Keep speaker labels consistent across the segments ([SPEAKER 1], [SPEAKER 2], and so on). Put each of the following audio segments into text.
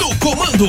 [SPEAKER 1] Eldorado.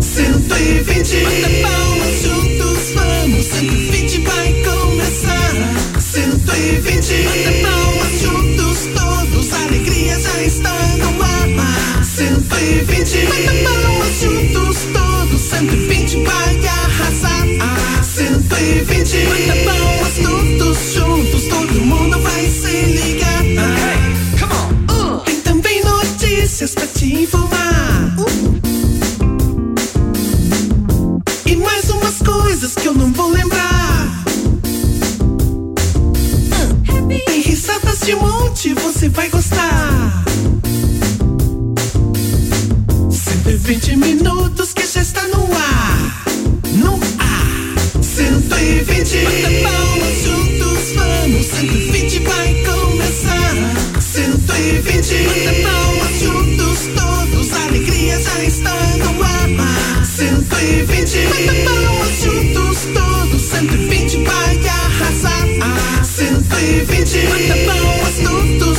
[SPEAKER 2] 120 Bata palmas juntos, vamos 120 vai começar 120 Bata palmas juntos, todos a alegria já está no ar 120 Bata palmas juntos, todos 120 vai arrasar 120 Bata palmas todos juntos, todo mundo vai se ligar Tem também notícias pra te informar e mais umas coisas que eu não vou lembrar. Tem risadas de monte, você vai gostar. 120 minutos que já está no ar. No ar. 120. Bata palmas juntos, vamos. 120 vai começar. 120. Bata palmas juntos, todos. A alegria já está no ar. 120. Bata palmas juntos, todos. 120 vai arrasar. 120. Bata palmas todos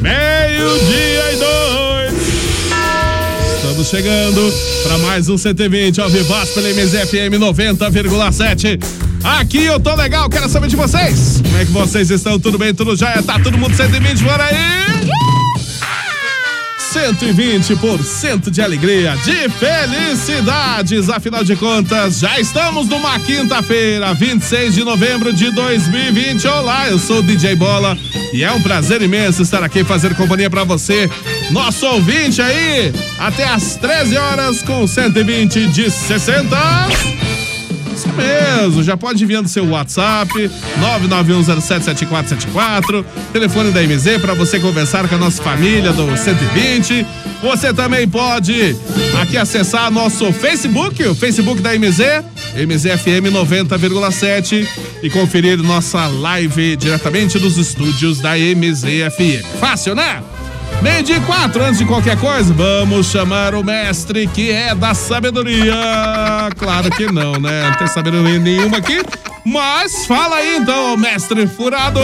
[SPEAKER 1] Meio-dia e dois. Estamos chegando para mais um 120 ao Vivaz pela MZFM 90,7. Aqui eu tô legal, quero saber de vocês. Como é que vocês estão? Tudo bem? Tudo jóia? Tá todo mundo 120 por aí? 120% de alegria, de felicidades. Afinal de contas, já estamos numa quinta-feira, 26 de novembro de 2020. Olá, eu sou o DJ Bola e é um prazer imenso estar aqui e fazer companhia para você, nosso ouvinte aí, até às 13 horas com 120 de 60. Isso mesmo, já pode enviar no seu WhatsApp 991077474, telefone da MZ para você conversar com a nossa família do 120. Você também pode aqui acessar nosso Facebook, o Facebook da MZ, MZFM 90,7 e conferir nossa live diretamente dos estúdios da MZFM. Fácil, né? Meio de quatro, antes de qualquer coisa, vamos chamar o mestre que é da sabedoria. Claro que não, né? Não tem sabedoria nenhuma aqui. Mas fala aí então, mestre furado.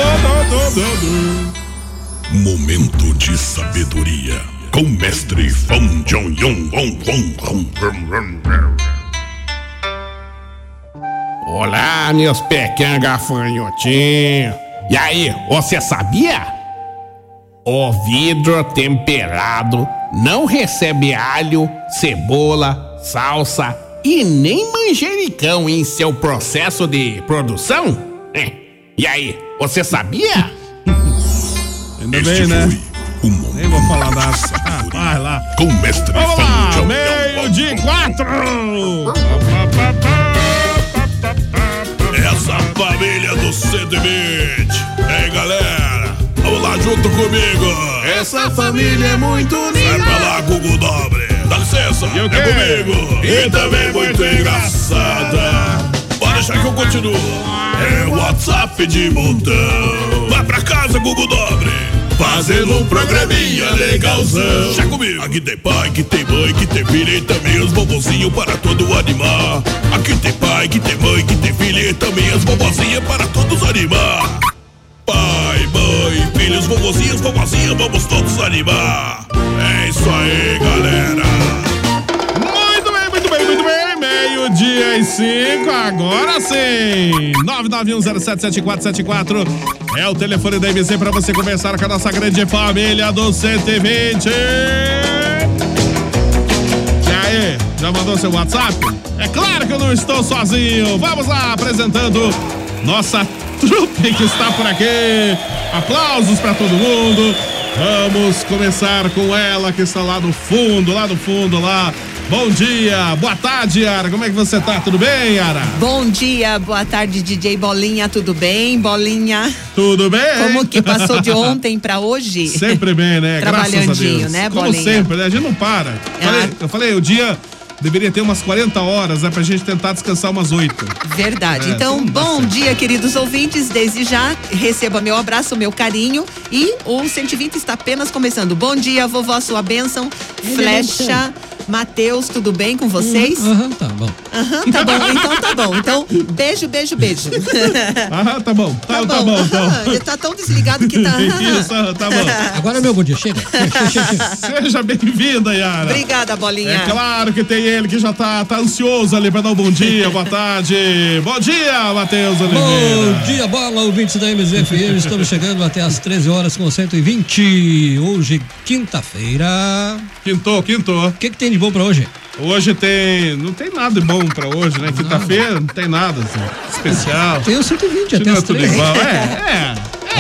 [SPEAKER 3] Momento de sabedoria com mestre Fão Jong Yong Wong Wong Wong Wong Wong Wong.
[SPEAKER 4] Olá, meus pequenos gafanhotinhos. é E aí, você sabia? O vidro temperado não recebe alho, cebola, salsa e nem manjericão em seu processo de produção? É. E aí, você sabia?
[SPEAKER 1] Ainda bem, né?
[SPEAKER 3] O momento
[SPEAKER 1] Nem vou falar nada. Ah, vai lá.
[SPEAKER 3] com mestre
[SPEAKER 1] Vamos
[SPEAKER 3] Fão
[SPEAKER 1] lá,
[SPEAKER 3] Jong
[SPEAKER 1] meio de quatro.
[SPEAKER 3] Essa família do 120. Ei, galera, vamos lá junto comigo.
[SPEAKER 4] Essa família é muito
[SPEAKER 3] Vai pra lá, Google Dobre. Dá licença,
[SPEAKER 1] E o quê?
[SPEAKER 3] é comigo. E também muito engraçada. Bora deixar que eu continuo. É WhatsApp de montão. Vai pra casa, Google Dobre. Fazendo um programinha legalzão. Já comigo. Aqui tem pai, que tem mãe, que tem filha e também os bobozinhos para todo animar. Aqui tem pai, que tem mãe, que tem filha e também as bobozinhas para todos animar. Pai, mãe, filhos, vovozinhos, vovozinha, vamos todos animar. É isso aí, galera.
[SPEAKER 1] Muito bem, muito bem, muito bem. Meio-dia e cinco, agora sim. 991077474 é o telefone da MC para você conversar com a nossa grande família do 120. E aí, já já mandou seu WhatsApp? É claro que eu não estou sozinho. Vamos lá, apresentando nossa trupe que está por aqui. Aplausos para todo mundo. Vamos começar com ela que está lá no fundo, lá no fundo, lá. Bom dia, boa tarde, Yara. Como é que você tá? Tudo bem, Yara?
[SPEAKER 5] Bom dia, boa tarde, DJ Bolinha, tudo bem? Bolinha.
[SPEAKER 1] Tudo bem?
[SPEAKER 5] Como que passou de ontem pra hoje?
[SPEAKER 1] Sempre bem, né? Graças a
[SPEAKER 5] Trabalhandinho,
[SPEAKER 1] Deus.
[SPEAKER 5] né,
[SPEAKER 1] Como
[SPEAKER 5] Bolinha? É.
[SPEAKER 1] sempre, né? A gente não para. Falei- eu falei, o dia deveria ter umas 40 horas, né? Pra gente tentar descansar umas 8.
[SPEAKER 5] Verdade.
[SPEAKER 1] É,
[SPEAKER 5] então, bom dia, queridos ouvintes. Desde já, receba meu abraço, meu carinho. E o 120 está apenas começando. Bom dia, vovó, sua bênção. Flecha, Matheus, tudo bem com vocês?
[SPEAKER 6] Aham, tá bom.
[SPEAKER 5] Aham, tá bom. Então tá bom. Então, beijo, beijo, beijo.
[SPEAKER 1] Ah, tá bom. Tá, tá, bom,
[SPEAKER 5] Aham,
[SPEAKER 1] então.
[SPEAKER 5] Ele tá tão desligado que tá.
[SPEAKER 1] Isso, ah, tá bom.
[SPEAKER 6] Agora é meu bom dia, chega. Chega, chega, chega.
[SPEAKER 1] Seja bem-vinda, Yara.
[SPEAKER 5] Obrigada,
[SPEAKER 1] É
[SPEAKER 5] Bolinha.
[SPEAKER 1] claro que tem ele que já tá, tá ansioso ali pra dar um bom dia, boa tarde. Bom dia, Matheus Oliveira.
[SPEAKER 6] Bom dia, bola, ouvintes da MZFM. Estamos chegando até às 13 horas com 120. Hoje, quinta-feira.
[SPEAKER 1] Quintou, quintou.
[SPEAKER 6] O que, que tem de bom pra hoje?
[SPEAKER 1] Hoje tem. Não tem nada de bom pra hoje, né? Quinta-feira não tem nada assim, especial.
[SPEAKER 6] Tem o 120 até
[SPEAKER 1] Não é
[SPEAKER 6] as
[SPEAKER 1] tudo
[SPEAKER 6] 13.
[SPEAKER 1] igual. É, é.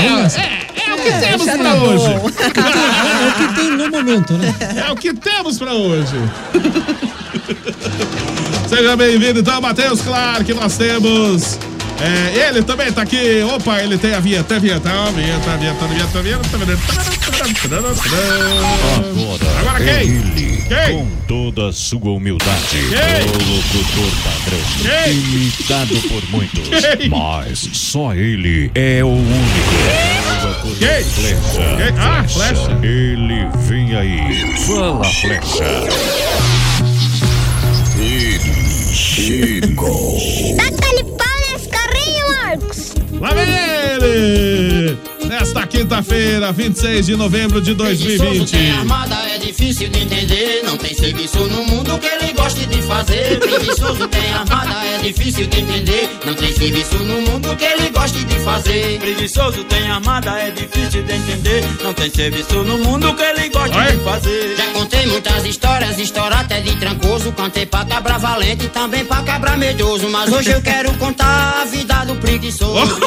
[SPEAKER 1] É,
[SPEAKER 6] Olha só.
[SPEAKER 1] é, é o que temos
[SPEAKER 5] já
[SPEAKER 1] pra
[SPEAKER 5] tá
[SPEAKER 1] hoje.
[SPEAKER 6] É o que tem no momento, né?
[SPEAKER 1] É o que temos pra hoje. Seja bem-vindo, então, Matheus Claro que nós temos. é, ele também tá aqui. Opa, ele tem a vinheta, a vinheta, a vinheta, a vinheta, a vinheta, a vinheta, a vinheta. Agora quem? Quem?
[SPEAKER 7] Com toda a sua humildade,
[SPEAKER 1] Ei!
[SPEAKER 7] o locutor padrão,
[SPEAKER 1] Ei!
[SPEAKER 7] imitado por muitos,
[SPEAKER 1] Ei!
[SPEAKER 7] mas só ele é o único.
[SPEAKER 1] Quem? Quem? Ah, flecha.
[SPEAKER 7] Ele vem aí, fala flecha.
[SPEAKER 8] Taca-lhe pau nesse carrinho, Marcos!
[SPEAKER 1] Lá vem ele! Nesta quinta-feira, 26 de novembro de 2020.
[SPEAKER 9] Tem armada, é difícil de entender. Não tem serviço no mundo que ele goste de fazer. Preguiçoso tem armada, é difícil de entender. Não tem serviço no mundo que ele goste de fazer. Preguiçoso tem armada, é difícil de entender. Não tem serviço no mundo que ele goste
[SPEAKER 1] Vai. de
[SPEAKER 9] fazer. Já contei muitas histórias, história até de trancoso. Cantei pra cabra valente e também pra cabra medroso. Mas hoje eu quero contar a vida do preguiçoso.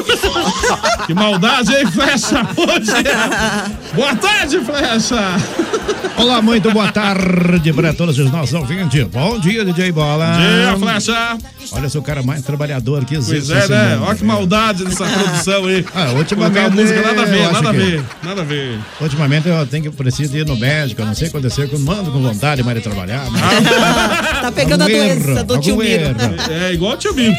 [SPEAKER 1] Que maldade, hein, Flecha? Hoje é- Boa tarde, Flecha!
[SPEAKER 10] Olá, muito boa tarde para todos os nossos ouvintes. Bom dia, DJ Bola.
[SPEAKER 1] Dia, Flecha!
[SPEAKER 10] Olha, sou o cara mais trabalhador que existe.
[SPEAKER 1] Pois é,
[SPEAKER 10] nesse
[SPEAKER 1] né?
[SPEAKER 10] mundo.
[SPEAKER 1] Olha que maldade nessa produção aí.
[SPEAKER 10] Ah, ultimamente,
[SPEAKER 1] Colocar a música, nada a
[SPEAKER 10] eu
[SPEAKER 1] ver,
[SPEAKER 10] acho
[SPEAKER 1] nada a
[SPEAKER 10] que-
[SPEAKER 1] ver, nada a ver.
[SPEAKER 10] Ultimamente eu tenho que preciso ir no médico, eu não sei o que aconteceu, que eu mando com vontade mais de trabalhar. Mas
[SPEAKER 5] Tá pegando a
[SPEAKER 10] algum
[SPEAKER 5] doença
[SPEAKER 10] erro,
[SPEAKER 5] do
[SPEAKER 10] algum
[SPEAKER 5] tio Miro.
[SPEAKER 10] erro.
[SPEAKER 1] É igual o tio Bico.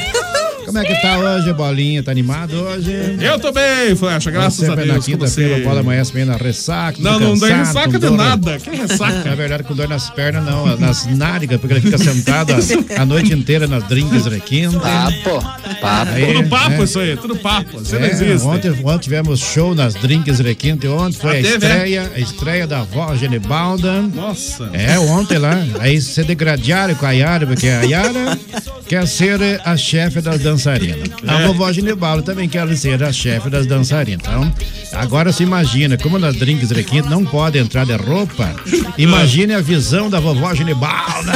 [SPEAKER 10] Como é que tá hoje, Bolinha? Tá animado hoje?
[SPEAKER 1] Eu também, Flecha, graças a
[SPEAKER 10] Sempre na
[SPEAKER 1] Deus. com
[SPEAKER 10] quinta-feira
[SPEAKER 1] você.
[SPEAKER 10] o Bola amanhece meio na ressaca.
[SPEAKER 1] Não, não dá
[SPEAKER 10] cansado,
[SPEAKER 1] ressaca
[SPEAKER 10] com
[SPEAKER 1] de
[SPEAKER 10] dor-
[SPEAKER 1] nada. Que ressaca?
[SPEAKER 10] Na verdade, com dor nas pernas, não, nas nádegas, porque ele fica sentado a, a noite inteira nas dringas requintas.
[SPEAKER 9] Papo, papo.
[SPEAKER 10] Aí,
[SPEAKER 1] Tudo Tá um papo
[SPEAKER 10] né?
[SPEAKER 1] isso aí, tudo papo. Você não
[SPEAKER 10] É,
[SPEAKER 1] existe.
[SPEAKER 10] ontem, ontem tivemos show nas Drinks Requinte, ontem foi
[SPEAKER 1] Ah,
[SPEAKER 10] a
[SPEAKER 1] teve,
[SPEAKER 10] estreia, a estreia da avó Genebalda.
[SPEAKER 1] Nossa.
[SPEAKER 10] É, ontem lá. Aí se degradearam com a Yara, porque a Yara quer ser a chefe das dançarinas.
[SPEAKER 1] É.
[SPEAKER 10] A vovó Genebalda também quer ser a chefe das dançarinas. Então, agora se imagina, como nas Drinks Requinte não pode entrar de roupa, imagine a visão da vovó Genebalda.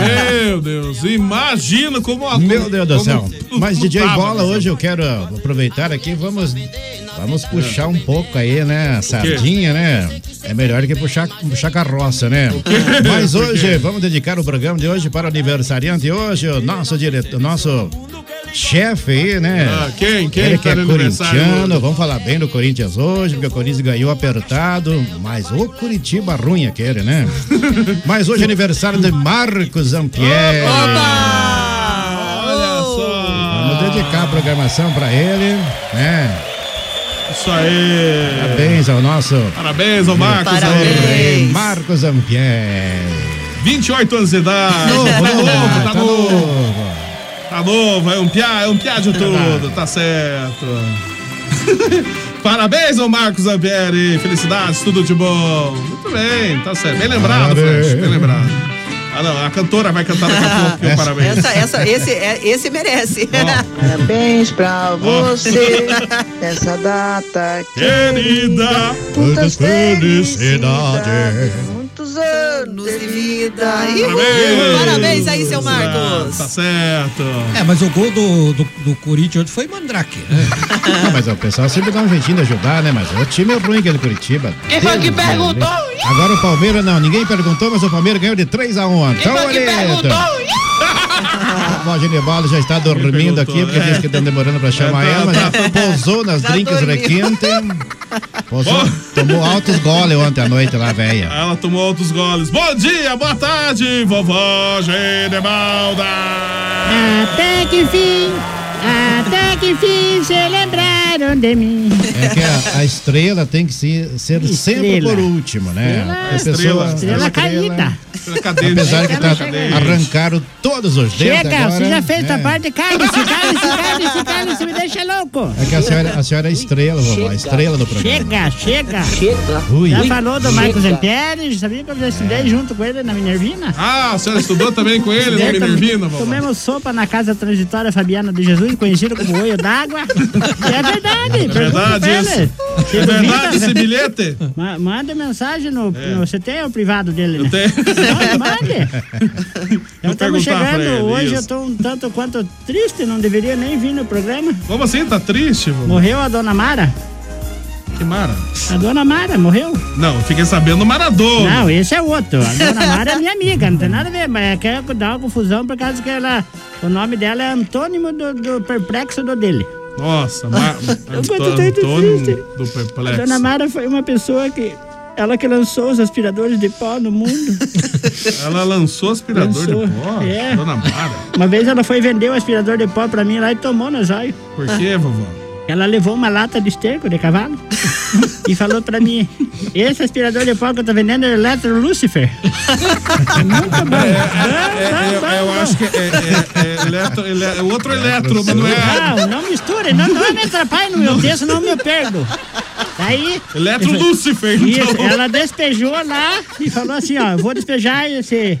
[SPEAKER 1] Meu Deus, imagina como a
[SPEAKER 10] Meu Deus do
[SPEAKER 1] como-
[SPEAKER 10] céu.
[SPEAKER 1] como
[SPEAKER 10] Mas DJ
[SPEAKER 1] tava,
[SPEAKER 10] Bola,
[SPEAKER 1] né?
[SPEAKER 10] hoje eu quero aproveitar aqui, vamos vamos puxar um pouco aí, né? a Sardinha, né? É melhor que puxar, puxar carroça, né? Mas hoje, vamos dedicar o programa de hoje para o aniversariante. Hoje, o nosso diretor, nosso chefe aí, né?
[SPEAKER 1] Ah, quem? Quem
[SPEAKER 10] Ele
[SPEAKER 1] tá
[SPEAKER 10] que é
[SPEAKER 1] no aniversário
[SPEAKER 10] corintiano,
[SPEAKER 1] hoje?
[SPEAKER 10] vamos falar bem do Corinthians hoje, porque o Corinthians ganhou apertado, mas o Curitiba ruim aquele, né? mas hoje é aniversário de Marcos Zampieri.
[SPEAKER 1] Ah, Olha só.
[SPEAKER 10] Vamos dedicar a programação para ele, né?
[SPEAKER 1] Isso aí.
[SPEAKER 10] Parabéns ao nosso
[SPEAKER 1] Parabéns ao Marcos.
[SPEAKER 5] Parabéns.
[SPEAKER 1] Aurélio.
[SPEAKER 10] Marcos Zampieri.
[SPEAKER 1] é? 28 anos de idade.
[SPEAKER 10] Novo,
[SPEAKER 1] tá novo,
[SPEAKER 10] né?
[SPEAKER 1] tá,
[SPEAKER 10] Tá
[SPEAKER 1] novo.
[SPEAKER 10] novo.
[SPEAKER 1] Tá novo, é um piá, é um piá de tudo, tá certo. Parabéns ao Marcos Ampieri, felicidades, tudo de bom. Muito bem, tá certo. Bem lembrado,
[SPEAKER 10] Parabéns.
[SPEAKER 1] Flash, bem lembrado. Ah, não, a cantora vai cantar daqui a pouco, parabéns.
[SPEAKER 5] Essa, essa, esse, é- esse merece.
[SPEAKER 9] Parabéns pra
[SPEAKER 1] você
[SPEAKER 9] nessa data
[SPEAKER 1] Querida,
[SPEAKER 10] Muitas felicidades.
[SPEAKER 9] Muitos anos
[SPEAKER 5] Nos de vida. Ih,
[SPEAKER 1] Parabéns!
[SPEAKER 5] Parabéns aí, seu Marcos.
[SPEAKER 1] Tá certo.
[SPEAKER 6] É, mas o gol do, do, do Corinthians ontem foi Mandrake, né?
[SPEAKER 10] Ah, mas ó, o pessoal sempre dá um jeitinho de ajudar, né? Mas o time é ruim aquele Curitiba.
[SPEAKER 6] Quem foi que
[SPEAKER 10] Deus
[SPEAKER 6] perguntou?
[SPEAKER 10] do céu. Agora o Palmeiras não, ninguém perguntou, mas o Palmeiras ganhou de 3x1 ontem. Então, olha. A Vó Genebaldo já está dormindo aqui,
[SPEAKER 1] né?
[SPEAKER 10] porque disse que estão demorando para chamar ela, mas já
[SPEAKER 1] tá.
[SPEAKER 10] pousou nas drinks aqui ontem. Pousou, tomou altos goles ontem à noite lá, velha.
[SPEAKER 1] Ela tomou outros goles. Bom dia, boa tarde, vovó Genebalda.
[SPEAKER 11] Até que fim, até que fim se lembraram de mim.
[SPEAKER 10] É que a, a estrela tem que se- ser sempre
[SPEAKER 11] Estrela.
[SPEAKER 10] por último, né?
[SPEAKER 11] Estrela.
[SPEAKER 10] A pessoa,
[SPEAKER 11] Estrela caída.
[SPEAKER 10] Apesar que tá, arrancaram todos os dedos
[SPEAKER 11] Chega,
[SPEAKER 10] agora,
[SPEAKER 11] você já fez
[SPEAKER 10] né?
[SPEAKER 11] sua parte, cale-se, cale-se, cale-se, cale-se, me deixa louco.
[SPEAKER 10] É que a senhora, a senhora é estrela, vovó, a estrela do programa.
[SPEAKER 11] Chega, chega.
[SPEAKER 10] Chega. Ui.
[SPEAKER 11] Já falou do
[SPEAKER 10] Chega.
[SPEAKER 11] Marcos Empérez, sabia que eu já estudei junto com ele na Minervina?
[SPEAKER 1] Ah, a senhora estudou também com ele na
[SPEAKER 11] Estudei também.
[SPEAKER 1] Minervina, vovó?
[SPEAKER 11] Comemos sopa na casa transitória Fabiana de Jesus, conhecida como Olho d'Água. E é verdade,
[SPEAKER 1] É verdade isso. É verdade esse bilhete?
[SPEAKER 11] Ma- manda mensagem no, no- Você tem o privado dele, né? Eu
[SPEAKER 1] É. tenho.
[SPEAKER 11] Mande.
[SPEAKER 1] Vou
[SPEAKER 11] Estamos
[SPEAKER 1] perguntar pra
[SPEAKER 11] chegando.
[SPEAKER 1] ele,
[SPEAKER 11] Hoje eu
[SPEAKER 1] isso.
[SPEAKER 11] estou um tanto quanto triste, não deveria nem vir no programa.
[SPEAKER 1] Como assim? Tá triste, vovó?
[SPEAKER 11] Morreu a dona Mara?
[SPEAKER 1] Que Mara?
[SPEAKER 11] A dona Mara morreu?
[SPEAKER 1] Não, eu fiquei sabendo do Maradona.
[SPEAKER 11] Não, esse é outro. A dona Mara é minha amiga, não tem nada a ver, mas é quer dar uma confusão por causa que ela. O nome dela é antônimo do, do perplexo do dele.
[SPEAKER 1] Nossa, Ma...
[SPEAKER 11] Eu tô muito triste.
[SPEAKER 1] Antônio do
[SPEAKER 11] A
[SPEAKER 1] Perplexo.
[SPEAKER 11] dona Mara foi uma pessoa que. Ela que lançou os aspiradores de pó no mundo.
[SPEAKER 1] Ela lançou aspirador
[SPEAKER 11] Lançou.
[SPEAKER 1] de pó?
[SPEAKER 11] É.
[SPEAKER 1] Dona Mara.
[SPEAKER 11] Uma vez ela foi vender o aspirador de pó pra mim lá e tomou no zóio.
[SPEAKER 1] Por quê, vovó?
[SPEAKER 11] Ela levou uma lata de esterco de cavalo e falou pra mim: Esse aspirador de pó que eu tô vendendo é Electro Lucifer. É muito bom.
[SPEAKER 1] É, eu acho que é, é, é eletro- ele- é outro eletro, mas não é.
[SPEAKER 11] Não, não misture, não, não me atrapalhe no meu texto, não me perdo. Daí.
[SPEAKER 1] Eletro Lúcifer,
[SPEAKER 11] Isso,
[SPEAKER 1] então.
[SPEAKER 11] ela despejou lá e falou assim: ó, eu vou despejar esse.
[SPEAKER 1] É.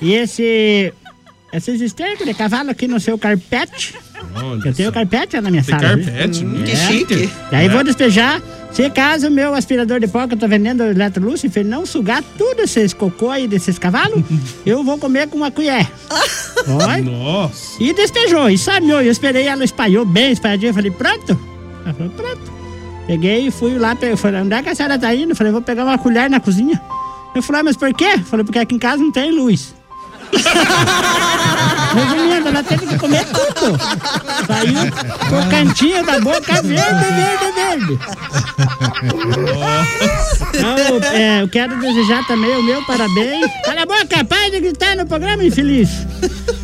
[SPEAKER 11] esse. Esses estercos de cavalo aqui no seu carpete. eu tenho carpete é, na minha
[SPEAKER 1] Tem
[SPEAKER 11] sala. viu?
[SPEAKER 1] carpete, né?
[SPEAKER 11] É. Daí vou despejar. Se caso o meu aspirador de pó que eu tô vendendo, o Eletro Lucifer, não sugar tudo esses cocô aí desses cavalos, eu vou comer com uma colher. Olha.
[SPEAKER 1] Nossa.
[SPEAKER 11] E despejou, e sameou. Eu esperei, ela espalhou bem, espalhadinha. Eu falei, pronto? Ela falou, pronto. Peguei e fui lá, pe- falei, onde é que a senhora tá indo? Eu falei, vou pegar uma colher na cozinha. Eu falei, "Ah, mas por quê? Eu falei, porque aqui em casa não tem luz. Resumindo, ela teve que comer tudo. Saiu o cantinho da boca verde, verde, verde. Então, é, eu quero desejar também o meu parabéns. Cala a boca, pai de gritar no programa, infeliz.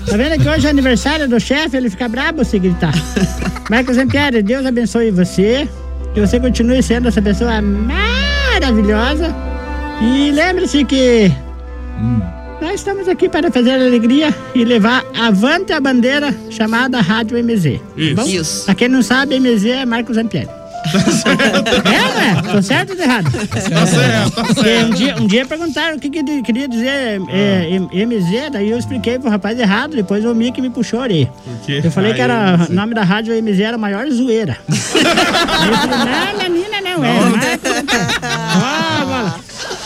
[SPEAKER 11] Tá vendo que hoje é aniversário do chefe, ele fica brabo se gritar. Marcos Zampieri, Deus abençoe você. Que você continue sendo essa pessoa maravilhosa. E lembre-se que
[SPEAKER 7] Hum.
[SPEAKER 11] nós estamos aqui para fazer alegria e levar avante a bandeira chamada Rádio MZ.
[SPEAKER 1] Isso.
[SPEAKER 11] Bom?
[SPEAKER 1] Isso.
[SPEAKER 11] Pra quem não sabe, MZ é Marcos Zampieri. É, né? Tô certo ou tô errado?
[SPEAKER 1] Tá certo, tá
[SPEAKER 11] Porque
[SPEAKER 1] certo.
[SPEAKER 11] É.
[SPEAKER 1] Ah.
[SPEAKER 11] Um dia, um dia perguntaram o que, que ele queria dizer é, M- MZ, daí eu expliquei pro rapaz errado, depois o Mickey me puxou ali.
[SPEAKER 1] quê?
[SPEAKER 11] Eu falei
[SPEAKER 1] Ah,
[SPEAKER 11] que era
[SPEAKER 1] MZ.
[SPEAKER 11] o nome da rádio MZ era a maior zoeira. Aí eu falei, não, menina não é. mas-
[SPEAKER 1] Ah,
[SPEAKER 11] Ó, bola.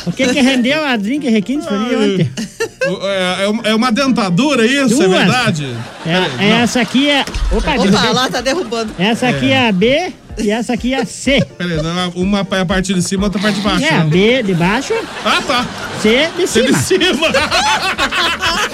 [SPEAKER 11] O que que rendeu a drink requinte pra mim ontem?
[SPEAKER 1] O- É, é uma- é uma dentadura isso, é
[SPEAKER 11] Duas.
[SPEAKER 1] verdade?
[SPEAKER 11] É,
[SPEAKER 1] não.
[SPEAKER 11] essa aqui é... Opa, derrubei.
[SPEAKER 5] Opa, lá tá derrubando.
[SPEAKER 11] Essa aqui é a B e essa aqui é a C.
[SPEAKER 1] Peraí, não, é uma é a parte de cima, outra parte de baixo.
[SPEAKER 11] É,
[SPEAKER 1] né?
[SPEAKER 11] B de baixo,
[SPEAKER 1] Ah, tá.
[SPEAKER 11] C de
[SPEAKER 1] Você de
[SPEAKER 11] cima.
[SPEAKER 1] cima.
[SPEAKER 11] É,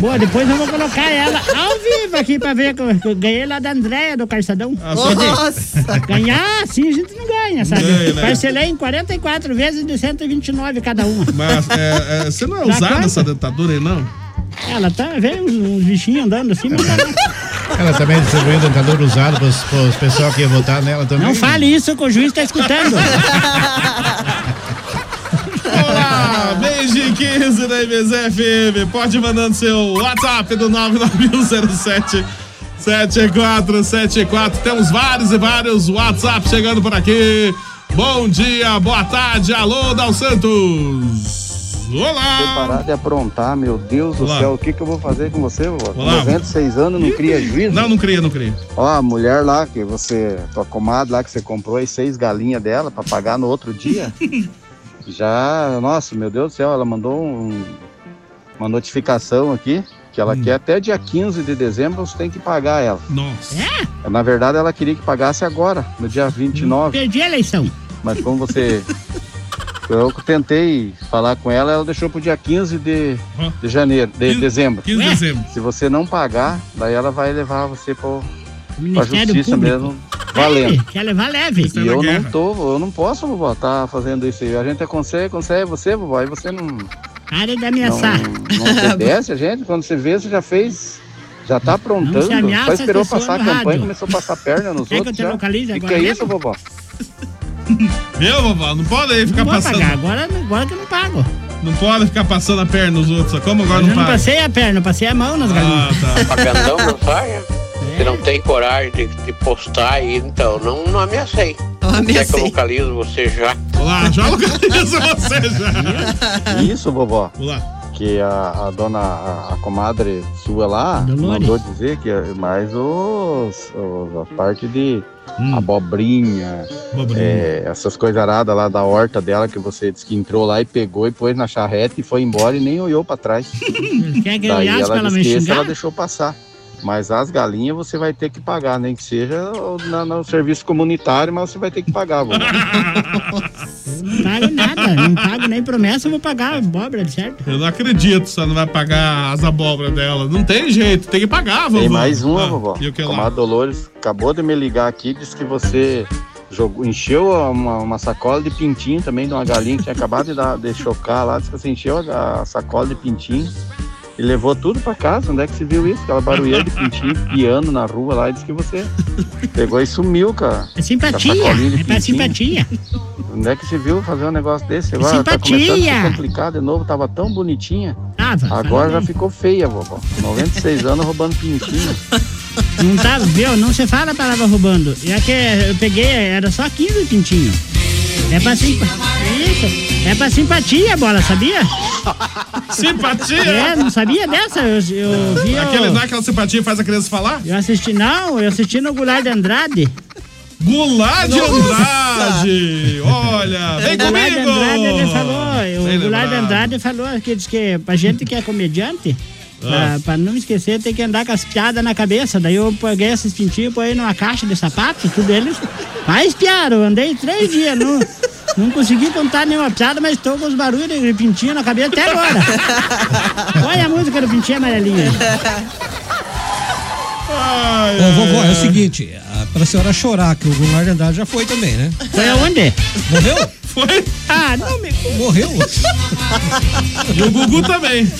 [SPEAKER 11] Boa, depois eu vou colocar ela ao vivo aqui pra ver. que eu- que eu ganhei lá da Andréia do Carçadão.
[SPEAKER 1] só que-
[SPEAKER 11] Nossa! Ganhar, sim, a gente não ganha, sabe?
[SPEAKER 1] Ganha, né?
[SPEAKER 11] Parcelei em 44 vezes de 129 cada um. uma.
[SPEAKER 1] Mas é, é, você não é
[SPEAKER 11] Dá
[SPEAKER 1] usada
[SPEAKER 11] conta?
[SPEAKER 1] essa dentadura aí, não?
[SPEAKER 11] Ela tá, vê uns, uns bichinhos andando assim, mas tá lá.
[SPEAKER 10] Ela também distribuiu dentador usado pros, pros pessoal que ia votar nela também.
[SPEAKER 11] Não fale isso que o juiz tá escutando.
[SPEAKER 1] Olá, Ah, beijo né, 15 da IBZ FM. Pode ir mandando seu WhatsApp do 99107 7474. Temos vários e vários WhatsApp chegando por aqui. Bom dia, boa tarde, alô, Dal Santos. Olá.
[SPEAKER 12] Parar de aprontar, meu Deus do
[SPEAKER 1] Olá.
[SPEAKER 12] céu, o que, que eu vou fazer com você, vovó? Com
[SPEAKER 1] Olá.
[SPEAKER 12] 96 anos, não cria juízo?
[SPEAKER 1] Não, não cria, não cria.
[SPEAKER 12] Ó, a mulher lá que você, tua comadre lá que você comprou as seis galinhas dela pra pagar no outro dia. Já, nossa, meu Deus do céu, ela mandou um- uma notificação aqui que
[SPEAKER 1] Hum.
[SPEAKER 12] ela quer até dia 15 de dezembro você tem que pagar ela.
[SPEAKER 1] Nossa.
[SPEAKER 12] Na verdade, ela queria que pagasse agora, no dia 29.
[SPEAKER 11] Perdi a eleição.
[SPEAKER 12] Mas como você. Eu tentei falar com ela, ela deixou pro dia 15 de, de janeiro, de dezembro.
[SPEAKER 1] 15 de Ué? dezembro.
[SPEAKER 12] Se você não pagar, daí ela vai levar você pro, pra
[SPEAKER 11] Ministério
[SPEAKER 12] justiça
[SPEAKER 11] Público. É,
[SPEAKER 12] mesmo, valendo.
[SPEAKER 11] Quer Tá levar leve.
[SPEAKER 12] E eu não tô, eu não posso, vovó, tá fazendo isso aí. A gente aconselha, aconselha é você, vovó, e você não, não
[SPEAKER 11] Para de ameaçar.
[SPEAKER 12] obedece a gente. Quando você vê, você já fez, já tá
[SPEAKER 11] Não se
[SPEAKER 12] aprontando.
[SPEAKER 11] ameaça
[SPEAKER 12] Só esperou
[SPEAKER 11] as pessoas
[SPEAKER 12] passar a
[SPEAKER 11] no
[SPEAKER 12] campanha,
[SPEAKER 11] rádio.
[SPEAKER 12] começou a passar perna nos
[SPEAKER 11] Quer que eu
[SPEAKER 12] outros.
[SPEAKER 11] te
[SPEAKER 12] já.
[SPEAKER 11] localize
[SPEAKER 12] E
[SPEAKER 11] agora
[SPEAKER 12] que é isso,
[SPEAKER 11] mesmo?
[SPEAKER 12] vovó?
[SPEAKER 1] Meu, vovó, não pode aí ficar
[SPEAKER 11] Não vou
[SPEAKER 1] passando.
[SPEAKER 11] pagar, agora, agora que eu não pago.
[SPEAKER 1] Não pode ficar passando a perna nos outros. só Como agora
[SPEAKER 11] Eu
[SPEAKER 1] não Tá.
[SPEAKER 11] não
[SPEAKER 1] paga? Ah.
[SPEAKER 11] passei a perna, eu passei a mão nas galinhas.
[SPEAKER 13] Pagandão não saia. Você não tem coragem de, de postar aí, então não, não ameacei. Quer
[SPEAKER 11] assim.
[SPEAKER 13] que eu localizo você já?
[SPEAKER 1] Olá, já localiza você
[SPEAKER 12] já. Isso, vovó.
[SPEAKER 1] Olá.
[SPEAKER 12] Que a, a dona, a, a comadre sua lá, mandou dizer que é mais os, os- a parte de abobrinha,
[SPEAKER 1] Abobrinha.
[SPEAKER 12] é, essas coisas aradas lá da horta dela, que você disse que entrou lá e pegou e pôs na charrete e foi embora e nem olhou pra trás.
[SPEAKER 11] Quer que eu
[SPEAKER 12] Daí
[SPEAKER 11] olhasse pra ela
[SPEAKER 12] ela disse
[SPEAKER 11] me
[SPEAKER 12] é que esse ela
[SPEAKER 11] xingar?
[SPEAKER 12] deixou passar. Mas as galinhas você vai ter que pagar, nem que seja na- no serviço comunitário, mas você vai ter que pagar, vovó.
[SPEAKER 11] Não pago nada, não pago nem promessa, eu vou pagar a abóbora, certo?
[SPEAKER 1] Eu não acredito, você não vai pagar as abóboras dela. Não tem jeito, tem que pagar, vovó.
[SPEAKER 12] Tem mais uma, vovó.
[SPEAKER 1] Ah, E o que
[SPEAKER 12] Comadre
[SPEAKER 1] lá?
[SPEAKER 12] Dolores acabou de me ligar aqui, disse que você jogou, encheu uma, uma sacola de pintinho também de uma galinha que tinha acabado de, dar- de chocar lá. Disse que você encheu a, a sacola de pintinho e levou tudo pra casa. Onde é que você viu isso? Aquela barulheira de pintinho piano na rua lá. E disse que você pegou e sumiu, cara.
[SPEAKER 11] É simpatia, é pra É simpatia.
[SPEAKER 12] Onde é que você viu fazer um negócio desse? Agora tá
[SPEAKER 11] simpatia.
[SPEAKER 12] começando a ser complicado de novo. Tava tão bonitinha.
[SPEAKER 11] Tava,
[SPEAKER 12] Agora
[SPEAKER 11] fala
[SPEAKER 12] já
[SPEAKER 11] bem.
[SPEAKER 12] ficou feia, vovó. 96 anos roubando pintinho.
[SPEAKER 11] Não tá, viu? Não se fala a palavra roubando. Já que eu peguei, era só 15 pintinho. É pra simpatia. Isso. É pra simpatia a bola, sabia?
[SPEAKER 1] Simpatia?
[SPEAKER 11] É, não sabia dessa? Eu, eu vi.
[SPEAKER 1] Aquele,
[SPEAKER 11] eu...
[SPEAKER 1] não é aquela simpatia que faz a criança falar?
[SPEAKER 11] Eu assisti, não, eu assisti no Goulart de Andrade.
[SPEAKER 1] Goulart de Andrade! Olha,
[SPEAKER 11] O
[SPEAKER 1] vem
[SPEAKER 11] Goulart de
[SPEAKER 1] comigo!
[SPEAKER 11] Andrade, ele falou,
[SPEAKER 1] Bem
[SPEAKER 11] o Goulart de
[SPEAKER 1] lembrado.
[SPEAKER 11] Andrade falou que diz que pra gente que é comediante, pra,
[SPEAKER 1] Ah.
[SPEAKER 11] pra não esquecer, tem que andar com as piadas na cabeça. Daí eu peguei esses pintinhos, põe numa caixa de sapatos, tudo eles. Mas piada, eu andei três dias, não, não consegui contar nenhuma piada, mas tô com os barulhos de pintinho na cabeça até agora. Olha a música do pintinho amarelinho.
[SPEAKER 6] Ô, vovó, é o seguinte, a- pra senhora chorar, que o Goulart de Andrade já foi também, né?
[SPEAKER 11] Foi aonde?
[SPEAKER 6] Morreu?
[SPEAKER 1] Foi?
[SPEAKER 11] Ah, não me
[SPEAKER 6] Morreu?
[SPEAKER 1] E o Gugu também.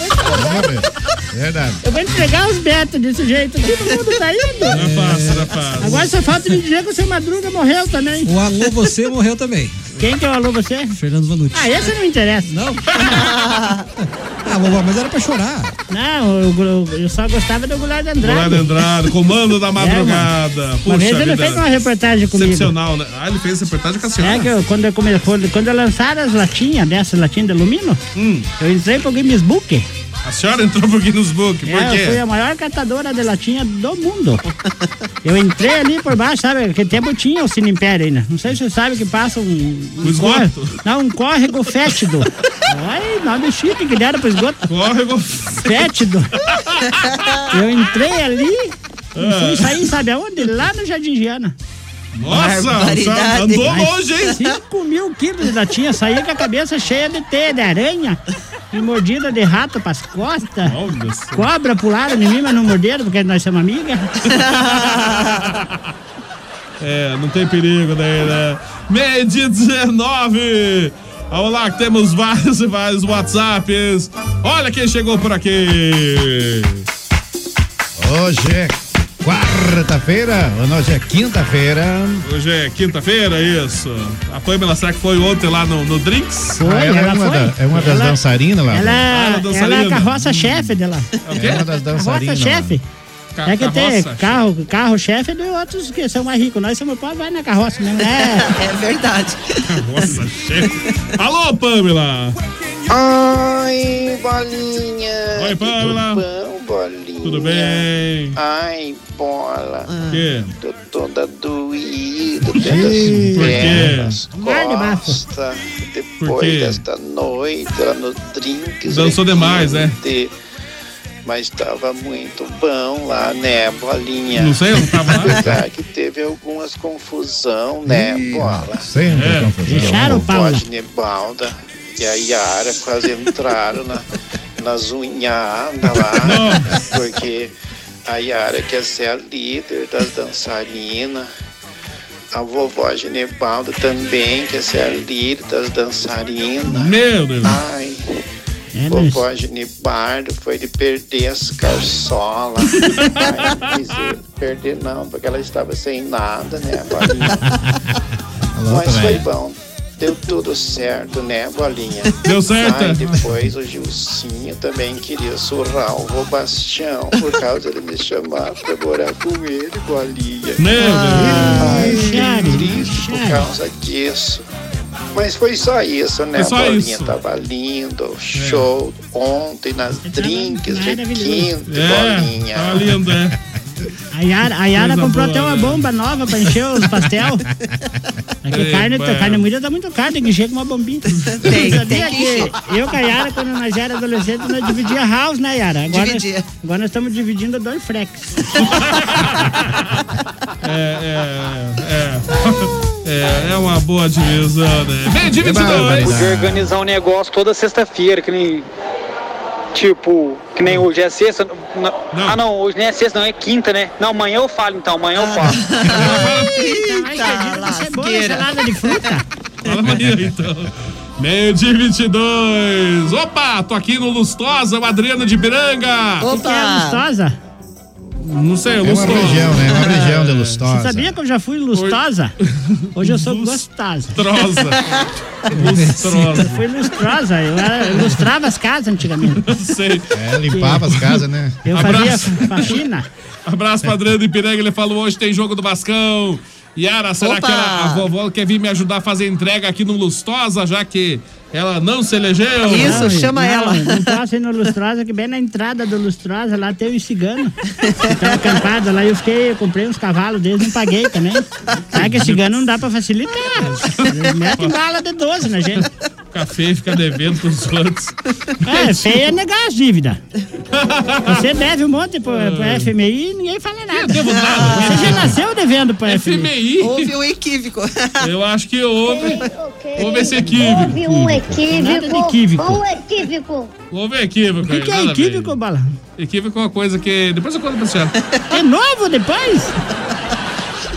[SPEAKER 10] Verdade.
[SPEAKER 11] Eu vou entregar os betas desse jeito aqui, todo mundo tá indo.
[SPEAKER 1] Rapaz, rapaz.
[SPEAKER 11] Agora é só falta me dizer que o seu Madruga morreu também.
[SPEAKER 6] O Alô Você morreu também.
[SPEAKER 11] Quem que é o Alô Você?
[SPEAKER 6] Fernando Vanucci.
[SPEAKER 11] Ah, esse não interessa.
[SPEAKER 6] Não? ah, vovó, mas era pra chorar.
[SPEAKER 11] Não, eu, eu- eu só gostava do Goulart de Andrade. É,
[SPEAKER 1] Goulart de Andrade, comando da madrugada.
[SPEAKER 11] Uma
[SPEAKER 1] Puxa
[SPEAKER 11] vez ele
[SPEAKER 1] vida.
[SPEAKER 11] fez uma reportagem comigo.
[SPEAKER 1] Excepcional, né? Ah, ele fez reportagem com a senhora.
[SPEAKER 11] É que eu, quando, eu come, quando- quando eu lançaram as latinhas, dessas latinhas de alumínio,
[SPEAKER 1] Hum.
[SPEAKER 11] eu entrei pro Guinness Book.
[SPEAKER 1] A senhora entrou pro Guinness Book, por
[SPEAKER 11] É, eu fui a
[SPEAKER 1] quê?
[SPEAKER 11] maior catadora de latinha do mundo. Eu entrei ali por baixo, sabe? Naquele tempo tinha o Cine Império ainda. Não sei se você sabe que passa um. um
[SPEAKER 1] esgoto?
[SPEAKER 11] córrego- não, um córrego fétido. Ai, nome chique que deram pro esgoto.
[SPEAKER 1] Córrego
[SPEAKER 11] fétido. Eu entrei ali e fui sair, sabe aonde? Lá no Jardim Giana.
[SPEAKER 1] Nossa, Barbaridade. andou
[SPEAKER 11] Mais
[SPEAKER 1] longe, hein?
[SPEAKER 11] 5 mil quilos de latinha, saí com a cabeça cheia de teia de aranha e mordida de rato pras costas. Cobra pularam em mim, mas não morderam, porque nós somos amigas.
[SPEAKER 1] É, não tem perigo daí, né? Meio dia 19. Vamos lá, que temos vários e vários WhatsApps. Olha quem chegou por aqui.
[SPEAKER 10] Hoje é quarta-feira, hoje é quinta-feira.
[SPEAKER 1] Hoje é quinta-feira, isso. A Pamela, será que foi ontem lá no, no Drinks?
[SPEAKER 10] Ah, ela é uma, da- é uma das dançarinas lá.
[SPEAKER 1] Ah,
[SPEAKER 11] Ela,
[SPEAKER 1] uma
[SPEAKER 11] ela é
[SPEAKER 1] dançarina.
[SPEAKER 11] a carroça-chefe dela.
[SPEAKER 10] É uma das dançarinas. lá.
[SPEAKER 11] Carroça-chefe.
[SPEAKER 10] Ca-
[SPEAKER 11] é que tem
[SPEAKER 10] carroça-chefe.
[SPEAKER 11] carro, carro-chefe de outros que são mais ricos. Nós somos pobres, vai na carroça mesmo. É, é verdade.
[SPEAKER 1] Nossa, chefe. Alô, Pamela.
[SPEAKER 14] Oi, bolinha.
[SPEAKER 1] Oi, Pamela.
[SPEAKER 14] Tudo bom? bolinha.
[SPEAKER 1] Tudo bem?
[SPEAKER 14] Ai, bola.
[SPEAKER 1] Por quê?
[SPEAKER 14] Tô toda
[SPEAKER 1] Ih,
[SPEAKER 14] doída,
[SPEAKER 1] por quê? é
[SPEAKER 14] tendo as pernas, costa.
[SPEAKER 1] Por quê?
[SPEAKER 14] Depois desta noite, lá no drinks.
[SPEAKER 1] Dançou demais, né?
[SPEAKER 14] de- Mas tava muito bom lá, né, bolinha?
[SPEAKER 1] Não sei, eu não tava lá.
[SPEAKER 14] Apesar que teve algumas confusão, né, bola?
[SPEAKER 10] Sempre
[SPEAKER 14] É,
[SPEAKER 10] confusão.
[SPEAKER 14] o Nebalda e a Yara quase entraram na, nas unhadas lá, porque a Yara quer ser a líder das dançarinas. A vovó Ginebalda também quer ser a líder das dançarinas.
[SPEAKER 1] Meu Deus.
[SPEAKER 14] Ai,
[SPEAKER 1] É, né?
[SPEAKER 14] vovó Ginebalda foi de perder as calçolas. Ai, não quis dizer perder não, porque ela estava sem nada, né, bolinha? Mas foi bom. Deu tudo certo, né, bolinha?
[SPEAKER 1] Deu certo.
[SPEAKER 14] Aí depois o Gilcinho também queria surrar o Robastião por causa de me chamar pra morar com ele, bolinha. Ai, fiquei triste por causa disso. Mas foi só isso, né,
[SPEAKER 15] Foi
[SPEAKER 1] é
[SPEAKER 15] só
[SPEAKER 14] bolinha?
[SPEAKER 15] isso.
[SPEAKER 14] Tava lindo, show ontem nas drinks de quinta, bolinha.
[SPEAKER 1] tá É, lindo, é.
[SPEAKER 11] A Yara, a Yara
[SPEAKER 14] Coisa
[SPEAKER 11] comprou
[SPEAKER 14] boa,
[SPEAKER 11] até uma
[SPEAKER 14] né?
[SPEAKER 11] bomba nova pra encher os pastel. Aqui
[SPEAKER 15] Ei,
[SPEAKER 11] carne,
[SPEAKER 15] pai.
[SPEAKER 11] carne moída tá muito caro, tem que encher com uma bombinha.
[SPEAKER 15] tem
[SPEAKER 11] Você sabia
[SPEAKER 15] que
[SPEAKER 11] que,
[SPEAKER 15] encher.
[SPEAKER 11] eu com a Yara, quando nós era adolescente, nós dividia house, né, Yara? Agora,
[SPEAKER 15] Dividia.
[SPEAKER 11] agora nós estamos dividindo dois freques.
[SPEAKER 1] É, é, é, é uma boa divisão, né? Meio de
[SPEAKER 16] Podia
[SPEAKER 1] 22.
[SPEAKER 16] organizar um negócio toda sexta-feira, que nem. Tipo, que nem hoje é sexta. na- Ah, não, hoje nem é sexta, não, é quinta, né? Não, amanhã eu falo então, amanhã eu
[SPEAKER 2] Ah.
[SPEAKER 16] falo.
[SPEAKER 11] Eita, lasqueira. Salada de fruta?
[SPEAKER 1] Fala aí, então. Meio de 22. Opa, tô aqui no Lustosa, o Adriano de Piranga.
[SPEAKER 11] O que é lustosa?
[SPEAKER 1] Não sei,
[SPEAKER 10] É uma
[SPEAKER 1] Lustosa.
[SPEAKER 10] região, né? É Uma região de Lustosa.
[SPEAKER 11] Você sabia que eu já fui lustosa? Hoje eu sou gostosa.
[SPEAKER 1] Lustrosa. Lustrosa.
[SPEAKER 11] Eu fui lustrosa. Eu, era- eu lustrava as casas antigamente.
[SPEAKER 1] Sei.
[SPEAKER 10] É, limpava as casas, né?
[SPEAKER 11] Eu fazia faxina.
[SPEAKER 1] Abraço pra Adriano de Piranga, ele falou hoje tem jogo do Bascão. Yara, será
[SPEAKER 11] Opa!
[SPEAKER 1] que ela, a vovó quer vir me ajudar a fazer entrega aqui no Lustosa, já que ela não se elegeu?
[SPEAKER 11] Não, não, Não posso ir no Lustrosa, que bem na entrada do Lustrosa lá tem os ciganos. Estão acampados lá e eu fiquei, eu comprei uns cavalos deles, não paguei também. Sabe que cigano não dá pra facilitar. Eles metem bala de 12 na gente.
[SPEAKER 1] Fica feio, fica devendo pros outros.
[SPEAKER 11] É, feio é negar as dívidas. Você deve um monte pro,
[SPEAKER 1] Ah.
[SPEAKER 11] pro FMI e ninguém
[SPEAKER 1] é
[SPEAKER 11] fala nada. Você já nasceu devendo pro FMI.
[SPEAKER 5] Houve um equívoco.
[SPEAKER 1] Eu acho que houve. Houve
[SPEAKER 8] Houve
[SPEAKER 1] esse equívoco.
[SPEAKER 8] um equívoco.
[SPEAKER 1] Nada de equívoco.
[SPEAKER 8] Um equívoco.
[SPEAKER 1] Houve equívoco.
[SPEAKER 8] O que que é equívoco,
[SPEAKER 11] Bala?
[SPEAKER 1] Equívoco é uma coisa que... Depois eu conto pra senhora.
[SPEAKER 11] É novo depois?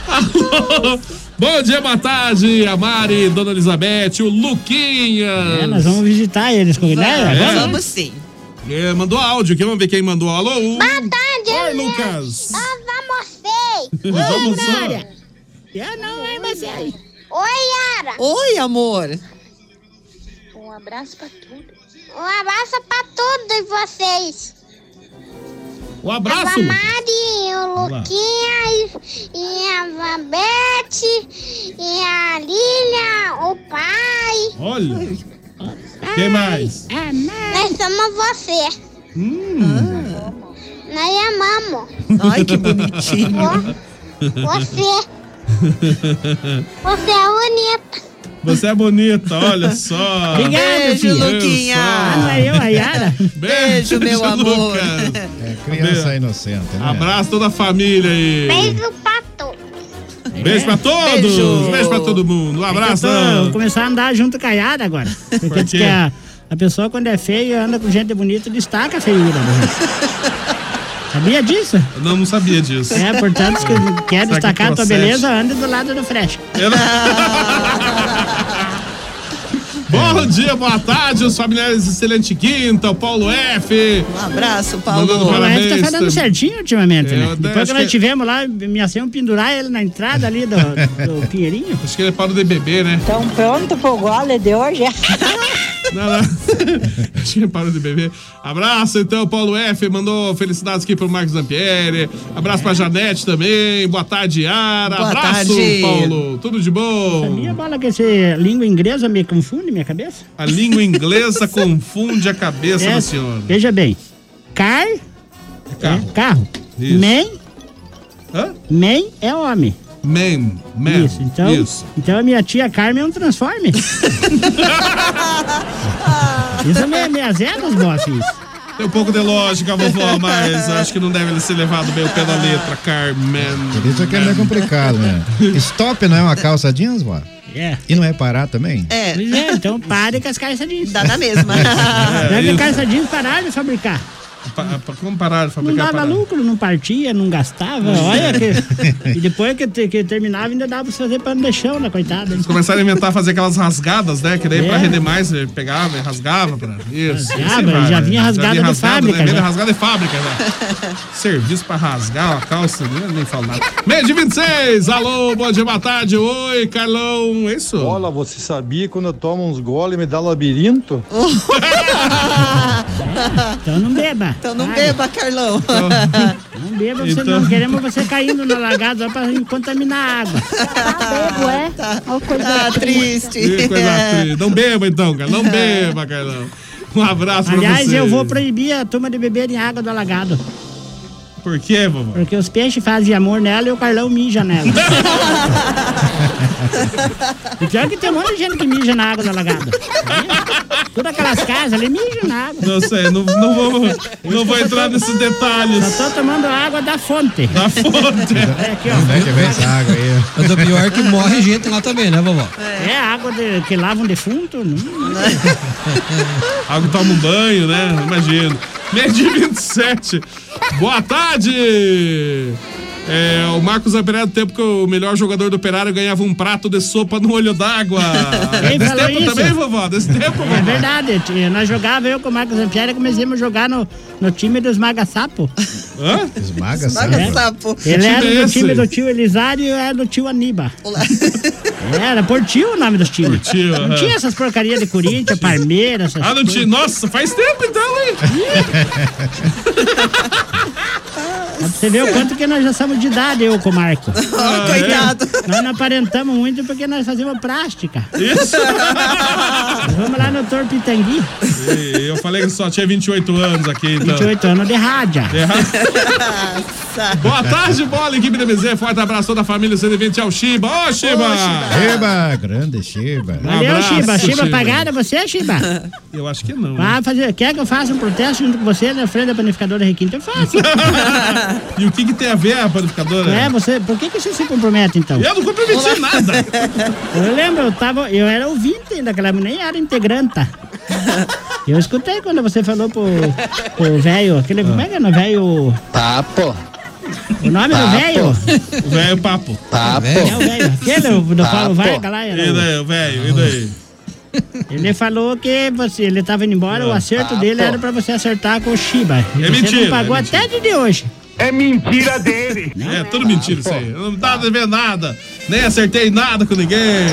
[SPEAKER 1] Alô? Bom dia, boa tarde, a Mari, Dona Elizabeth, o Luquinhas.
[SPEAKER 11] É, nós vamos visitar eles com né? Agora,
[SPEAKER 5] Vamos sim.
[SPEAKER 1] É, mandou áudio aqui, vamos ver quem mandou. Alô? Boa
[SPEAKER 8] tarde,
[SPEAKER 1] Oi, Lucas.
[SPEAKER 8] Eu
[SPEAKER 1] Já
[SPEAKER 8] não
[SPEAKER 1] almoçou?
[SPEAKER 8] sei.
[SPEAKER 11] Eu não, é você.
[SPEAKER 8] Oi, Yara.
[SPEAKER 5] Oi, amor.
[SPEAKER 8] Um abraço pra tudo. Um abraço pra todos vocês.
[SPEAKER 1] Um
[SPEAKER 8] A Mari, o
[SPEAKER 1] Olá.
[SPEAKER 8] Luquinha, e, e a Vambete, e a Lilia, o pai.
[SPEAKER 1] Olha. Quem mais?
[SPEAKER 8] Nós somos você. Ah. Nós amamos.
[SPEAKER 5] Ai, que bonitinho.
[SPEAKER 8] Você, você é bonita.
[SPEAKER 1] Você é bonita, olha só.
[SPEAKER 5] Obrigado, Beijo, filha. Luquinha.
[SPEAKER 1] Olha só.
[SPEAKER 5] Ah, não é eu, a Yara?
[SPEAKER 1] Beijo,
[SPEAKER 5] Beijo, meu amor.
[SPEAKER 1] Lucas.
[SPEAKER 11] é?
[SPEAKER 10] Criança inocente, né?
[SPEAKER 1] Abraço toda a família aí.
[SPEAKER 8] Beijo pra
[SPEAKER 1] Beijo
[SPEAKER 11] É.
[SPEAKER 1] pra todos. Beijo,
[SPEAKER 11] Beijo.
[SPEAKER 1] pra todo mundo. Um abraço.
[SPEAKER 11] Eu tô- vou começar Então, a andar junto com a Yara agora. Porque
[SPEAKER 1] Por
[SPEAKER 11] diz que
[SPEAKER 1] quê?
[SPEAKER 11] a, a pessoa quando é feia anda com gente bonita destaca a feiura. da gente. Sabia disso?
[SPEAKER 1] Não, não sabia disso.
[SPEAKER 11] É, portanto, se quer
[SPEAKER 1] Será que
[SPEAKER 11] destacar a tua
[SPEAKER 1] procede?
[SPEAKER 11] beleza, anda do lado do Fresh.
[SPEAKER 1] Bom dia, boa tarde, os familiares Excelente Quinta, o Paulo F. Um
[SPEAKER 5] abraço,
[SPEAKER 1] Mandando
[SPEAKER 11] O F
[SPEAKER 1] parabéns. É,
[SPEAKER 11] tá falando certinho ultimamente,
[SPEAKER 1] Eu
[SPEAKER 11] né?
[SPEAKER 1] até
[SPEAKER 11] Depois
[SPEAKER 1] acho
[SPEAKER 11] que nós
[SPEAKER 1] que-
[SPEAKER 11] tivemos lá, me assinou pendurar ele na entrada ali do, do Pinheirinho.
[SPEAKER 1] Acho que ele é parou de beber, né?
[SPEAKER 17] Então pronto pro gole de hoje.
[SPEAKER 1] Não, não. Acho que ele é parou de beber. Abraço, então, Paulo F. Mandou felicidades aqui pro Marcos Zampieri. Abraço pra Janete também. Boa tarde, Yara.
[SPEAKER 11] Boa
[SPEAKER 1] abraço,
[SPEAKER 11] tarde.
[SPEAKER 1] Paulo. Tudo de bom?
[SPEAKER 11] Minha bola que essa língua inglesa me confunde minha cabeça.
[SPEAKER 1] A língua inglesa confunde a cabeça
[SPEAKER 11] É,
[SPEAKER 1] do senhor.
[SPEAKER 11] Veja bem, car,
[SPEAKER 1] Carro.
[SPEAKER 11] É, carro.
[SPEAKER 1] Isso.
[SPEAKER 11] Man.
[SPEAKER 1] Hã?
[SPEAKER 11] Man é homem.
[SPEAKER 1] Man. Man.
[SPEAKER 11] Isso, então.
[SPEAKER 1] Isso.
[SPEAKER 11] Então a minha tia Carmen é um transforme. isso não é minhas eras, boss, isso.
[SPEAKER 1] Tem um pouco de lógica, vovó, mas acho que não deve ser levado bem o pé da letra, Carmen.
[SPEAKER 10] Isso aqui é meio complicado, né? Stop não é uma calça jeans, vó?
[SPEAKER 11] É.
[SPEAKER 10] E não é parar também?
[SPEAKER 2] É.
[SPEAKER 11] Pois é, então pare com as calças jeans.
[SPEAKER 2] Dá na mesma.
[SPEAKER 11] Dá
[SPEAKER 1] É isso.
[SPEAKER 11] com calça jeans pararam de fabricar.
[SPEAKER 1] Pa- pa- como pararam de
[SPEAKER 11] Não
[SPEAKER 1] fabricar
[SPEAKER 11] dava
[SPEAKER 1] parada?
[SPEAKER 11] lucro, não partia, não gastava. Olha que. e depois que, te- que terminava, ainda dava pra fazer pano de chão, né, coitada.
[SPEAKER 1] Eles começaram a inventar fazer aquelas rasgadas, né? Que daí
[SPEAKER 11] É.
[SPEAKER 1] pra render mais, eh, pegava e rasgava. Pra... Isso.
[SPEAKER 11] Rasgava,
[SPEAKER 1] isso né? aí vai,
[SPEAKER 11] já vinha rasgada de fábrica,
[SPEAKER 1] Né?
[SPEAKER 11] já.
[SPEAKER 1] Vem É, Rasgada de fábrica, já. Serviço pra rasgar uma calça, né? nem falo nada. Meio de 26, alô, bom dia, boa tarde. Oi, Carlão, é isso?
[SPEAKER 18] Olha, você sabia quando eu tomo uns gole me dá labirinto?
[SPEAKER 11] Então não beba.
[SPEAKER 2] Então não beba, Carlão.
[SPEAKER 11] Não beba você
[SPEAKER 18] Então-
[SPEAKER 11] não. Queremos você caindo na lagada só pra contaminar a água.
[SPEAKER 19] Bebo, é? Ó, coisa
[SPEAKER 2] Ah, triste. É.
[SPEAKER 1] Que coisa triste. Não beba então, Carlão, não beba, Carlão. Um abraço pra
[SPEAKER 11] Aliás,
[SPEAKER 1] você.
[SPEAKER 11] eu vou proibir a turma de beber em água do alagado.
[SPEAKER 1] Por quê, vovó?
[SPEAKER 11] Porque os peixes fazem amor nela e o Carlão mija nela. e pior que tem um monte de gente que mija na água do alagado. Todas aquelas casas ali mijam na água.
[SPEAKER 1] Não sei, não, não, vou, não vou entrar nesses detalhes.
[SPEAKER 11] Só tô tomando água da fonte.
[SPEAKER 1] Da fonte.
[SPEAKER 11] É aqui, ó.
[SPEAKER 10] Onde é que vem essa água aí?
[SPEAKER 6] Mas o pior é que morre gente lá também, né, vovó?
[SPEAKER 11] É água de- que lava um defunto? Não, não.
[SPEAKER 1] Algo toma um banho, né? Imagino. Meio de 27. Boa tarde! É, o Marcos Operário, do tempo que o melhor jogador do Operário ganhava um prato de sopa no olho d'água.
[SPEAKER 11] Quem
[SPEAKER 1] Desse
[SPEAKER 11] falou
[SPEAKER 1] tempo
[SPEAKER 11] É isso?
[SPEAKER 1] também, vovó? Desse tempo, vovó?
[SPEAKER 11] É verdade, tia. nós jogávamos, eu com o Marcos Zampieri, começamos a jogar no, no time dos Maga Sapo.
[SPEAKER 1] Hã?
[SPEAKER 10] Esmaga,
[SPEAKER 11] É.
[SPEAKER 2] sapo.
[SPEAKER 11] Ele era do
[SPEAKER 1] esse?
[SPEAKER 11] time do tio Elisário e eu era do tio Aníba. Era Portio o nome dos times.
[SPEAKER 1] Portio,
[SPEAKER 11] não
[SPEAKER 1] aham.
[SPEAKER 11] tinha essas porcarias de Corinthians, Palmeiras, essas
[SPEAKER 1] Ah, não tinha. Nossa, faz tempo então, hein?
[SPEAKER 11] Você vê o quanto que nós já somos de idade, eu com o Marco.
[SPEAKER 2] Ah,
[SPEAKER 1] é?
[SPEAKER 2] coitado.
[SPEAKER 11] Nós não aparentamos muito porque nós fazíamos plástica.
[SPEAKER 1] Isso.
[SPEAKER 11] Nós Vamos lá no Torpitangui,
[SPEAKER 1] E eu falei que só tinha 28 anos aqui, então. É,
[SPEAKER 11] 28 anos de rádio.
[SPEAKER 2] Tá.
[SPEAKER 1] Boa tarde, bola, equipe do MZ. Forte abraço toda a família 120 ao Chiba. Ô, Chiba!
[SPEAKER 10] Shiba, grande Shiba.
[SPEAKER 11] Valeu, Chiba. Chiba
[SPEAKER 1] Chiba.
[SPEAKER 11] pagada, você, Chiba?
[SPEAKER 1] Eu acho que não.
[SPEAKER 11] Vai fazer, quer que eu faça um protesto junto com você na frente da panificadora Requinte? Eu faço.
[SPEAKER 1] E o que, que tem a ver a panificadora?
[SPEAKER 11] é, você, por que, que você se compromete então?
[SPEAKER 1] Eu não comprometi nada.
[SPEAKER 11] Eu lembro, eu, tava, eu era ouvinte daquela, nem era integranta. Eu escutei quando você falou pro pro velho, aquele, como é que é, o velho...
[SPEAKER 1] Papo.
[SPEAKER 11] O nome do velho?
[SPEAKER 1] O velho papo.
[SPEAKER 11] Papo. É o velho. Aquele do Paulo Varga lá, né? era
[SPEAKER 1] E daí, o velho, e daí?
[SPEAKER 11] Ele falou que você, ele tava indo embora, o acerto
[SPEAKER 1] Ah,
[SPEAKER 11] dele
[SPEAKER 1] pô.
[SPEAKER 11] era pra você acertar com o Shiba. E
[SPEAKER 1] É
[SPEAKER 11] você
[SPEAKER 1] mentira,
[SPEAKER 11] não pagou
[SPEAKER 1] é
[SPEAKER 11] até de de hoje.
[SPEAKER 1] É mentira dele. É, tudo mentira isso aí. Eu não tava devendo nada. Nem acertei nada com ninguém.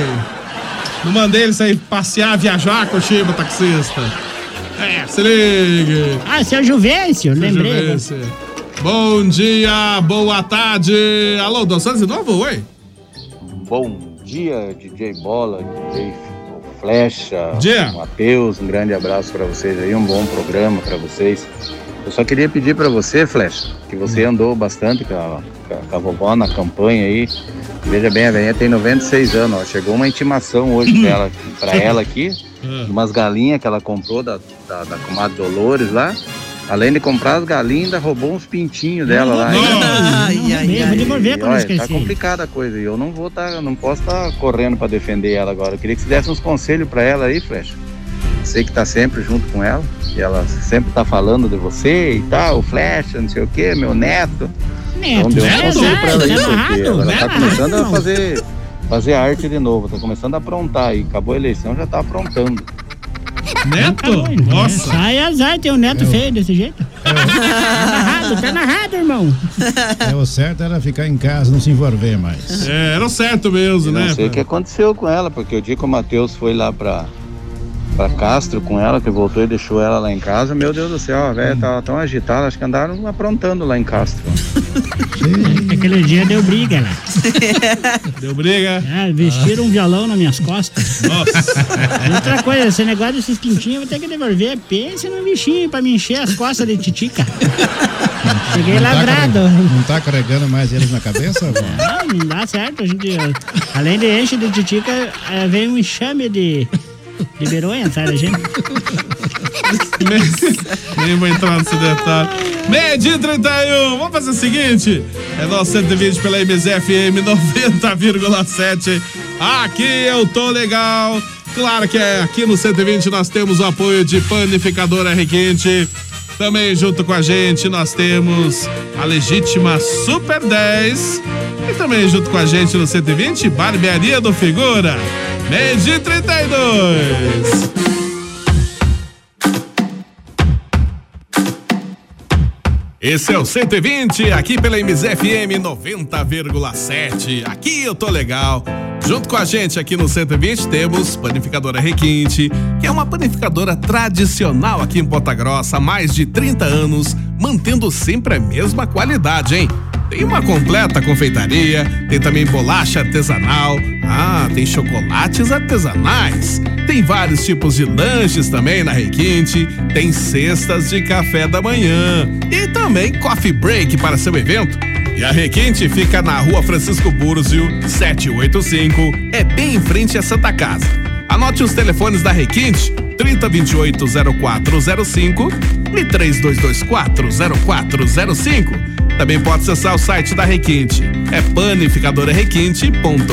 [SPEAKER 1] Não mandei ele sair passear, viajar com o Chiba, taxista. É, se ligue.
[SPEAKER 11] Ah, seu Juvencio, lembrei.
[SPEAKER 1] Deixa eu ver se- Bom dia, boa tarde. Alô, Dom Santos de novo? Oi.
[SPEAKER 12] Bom dia, DJ Bola, DJ Flecha,
[SPEAKER 1] Dia.
[SPEAKER 12] Matheus, um grande abraço para vocês aí, um bom programa para vocês. Eu só queria pedir para você, Flecha, que você
[SPEAKER 11] Hum.
[SPEAKER 12] andou bastante com a, com a- com a vovó na campanha aí. Veja bem, a velhinha tem 96 anos, ó. chegou uma intimação hoje dela, para ela aqui,
[SPEAKER 2] Ah.
[SPEAKER 1] Ah,
[SPEAKER 12] de umas galinhas que ela comprou da, da, da comadre Dolores lá. Além de comprar as galinhas, ainda roubou uns pintinhos dela lá.
[SPEAKER 11] Ai, ai, ai. Vou ver quando
[SPEAKER 12] Olha,
[SPEAKER 11] esqueci.
[SPEAKER 12] tá complicada a coisa e eu não vou tá, não posso estar correndo para defender ela agora. Eu queria que você desse uns conselhos para ela aí, Flecha. Sei que tá sempre junto com ela, e ela sempre tá falando de você e tal, Flecha, não sei o quê, meu neto.
[SPEAKER 11] Neto,
[SPEAKER 12] então deu
[SPEAKER 11] é
[SPEAKER 12] um conselho pra ela aí,
[SPEAKER 11] verdade, tá
[SPEAKER 12] porque
[SPEAKER 11] amarrado,
[SPEAKER 12] ela
[SPEAKER 11] tá
[SPEAKER 12] tá
[SPEAKER 11] amarrado,
[SPEAKER 12] começando a
[SPEAKER 11] não.
[SPEAKER 12] fazer, fazer arte de novo, tá começando a aprontar e acabou a eleição, já tá aprontando.
[SPEAKER 1] Neto? Nossa.
[SPEAKER 11] né? Sai azar, tem um neto feio desse jeito. Tá narrado, tá narrado, irmão.
[SPEAKER 10] É, o certo era ficar em casa, não se envolver mais.
[SPEAKER 1] É, era o certo mesmo,
[SPEAKER 12] Eu
[SPEAKER 1] né?
[SPEAKER 12] Não sei o que aconteceu com ela, porque o dia que o Matheus foi lá pra, pra Castro com ela, que voltou e deixou ela lá em casa. Meu Deus do céu, a
[SPEAKER 1] Hum.
[SPEAKER 12] velha tava tão agitada, acho que andaram aprontando lá em Castro.
[SPEAKER 1] É.
[SPEAKER 11] Aquele dia deu briga lá.
[SPEAKER 1] Deu briga?
[SPEAKER 11] É, vestiram um violão nas minhas costas.
[SPEAKER 1] Nossa.
[SPEAKER 11] Outra coisa, esse negócio desses quintinhos eu vou ter que devolver. Pensa no bichinho pra me encher as costas de titica. Cheguei
[SPEAKER 20] Não tá
[SPEAKER 11] lavrado.
[SPEAKER 20] carre- Não tá carregando mais eles na cabeça, avó?
[SPEAKER 11] Não, não dá certo. A gente, eh, além de enche de titica, eh, vem um enxame de, de beronha, sabe, gente?
[SPEAKER 1] Nem vou entrar nesse detalhe. Meio dia e 31. Vamos fazer o seguinte: é nosso 120 pela MZFM 90,7. Aqui eu tô legal. Claro que é, aqui no 120 nós temos o apoio de Panificadora Requinte. Também junto com a gente nós temos a legítima Super 10. E também junto com a gente no 120, Barbearia do Figura. Meio dia e 32. Esse é o 120, aqui pela MZFM 90,7. Aqui eu tô legal. Junto com a gente aqui no 120 temos Panificadora Requinte, que é uma panificadora tradicional aqui em Ponta Grossa há mais de 30 anos, mantendo sempre a mesma qualidade, hein? Tem uma completa confeitaria, tem também bolacha artesanal, ah, tem chocolates artesanais, tem vários tipos de lanches também na Requinte, tem cestas de café da manhã e também coffee break para seu evento. E a Requinte fica na rua Francisco Búrzio, 785, é bem em frente à Santa Casa. Anote os telefones da Requinte, 3028-0405 e 3224-0405. Também pode acessar o site da Requinte. É panificadorarequinte.com.br.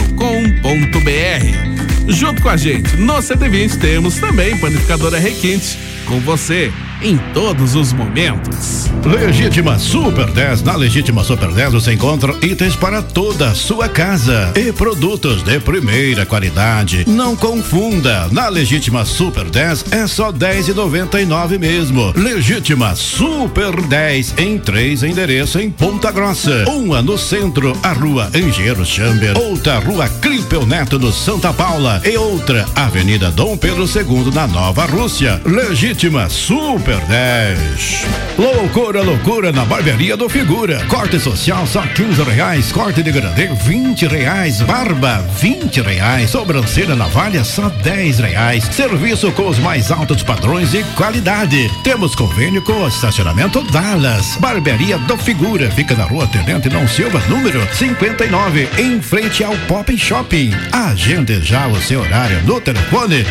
[SPEAKER 1] Junto com a gente, no 120 temos também Panificadora Requinte. Com você, em todos os momentos.
[SPEAKER 10] Legítima Super 10. Na Legítima Super 10 você encontra itens para toda a sua casa e produtos de primeira qualidade. Não confunda. Na Legítima Super 10 é só 10,99 mesmo. Legítima Super 10 em três endereços em Ponta Grossa. Uma no centro, a Rua Engenheiro Chamber. Outra, Rua Crimpel Neto no Santa Paula. E outra, Avenida Dom Pedro II na Nova Rússia. Legítima Super 10. Loucura, loucura na barbearia do Figura. Corte social só 15 reais. Corte de grande 20 reais. Barba 20 reais. Sobrancelha navalha só 10 reais. Serviço com os mais altos padrões e qualidade. Temos convênio com o estacionamento Dallas. Barbearia do Figura. Fica na rua Tenente Não Silva, número 59, em frente ao Pop Shopping. Agende já o seu horário no telefone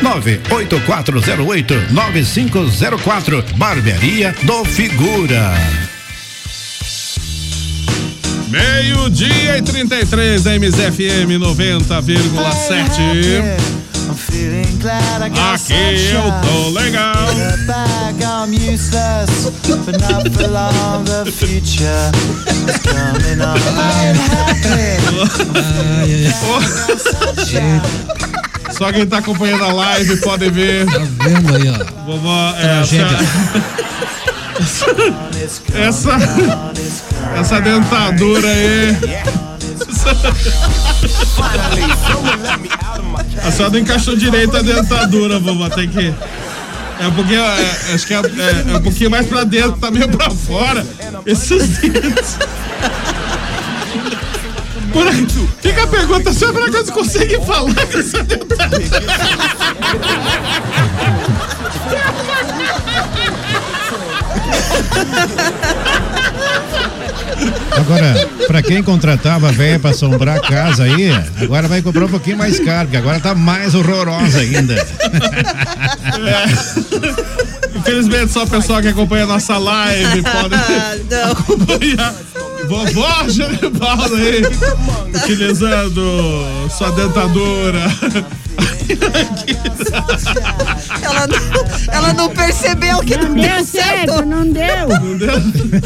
[SPEAKER 10] 98408-9504. Barbearia do Figura.
[SPEAKER 1] Meio-dia e 33 da MZFM 90,7. Aqui eu tô legal.
[SPEAKER 2] Back, I'm useless, but not for long. The future is coming on. I'm happy.
[SPEAKER 1] Só quem tá acompanhando a live pode ver. é, Tá vendo aí, ó. Vovó, essa... essa. Essa dentadura aí. né? A senhora não encaixou direito a dentadura, vovó. Tem que. É porque. é, acho que é, é, é um pouquinho mais pra dentro, tá meio pra fora. Esses dentes. Por aí, fica a pergunta, senhora, será que eles conseguem falar com essa dentadura?
[SPEAKER 20] Agora, pra quem contratava a véia pra assombrar a casa aí, agora vai cobrar um pouquinho mais caro, porque agora tá mais horrorosa ainda.
[SPEAKER 1] É. Infelizmente, só o pessoal que acompanha a nossa live pode acompanhar. Vovó Genibaldo aí, utilizando sua dentadura.
[SPEAKER 5] Ela não, ela não percebeu que não,
[SPEAKER 11] Não
[SPEAKER 5] deu
[SPEAKER 11] deu
[SPEAKER 5] certo.
[SPEAKER 11] certo, não deu. Não
[SPEAKER 1] deu.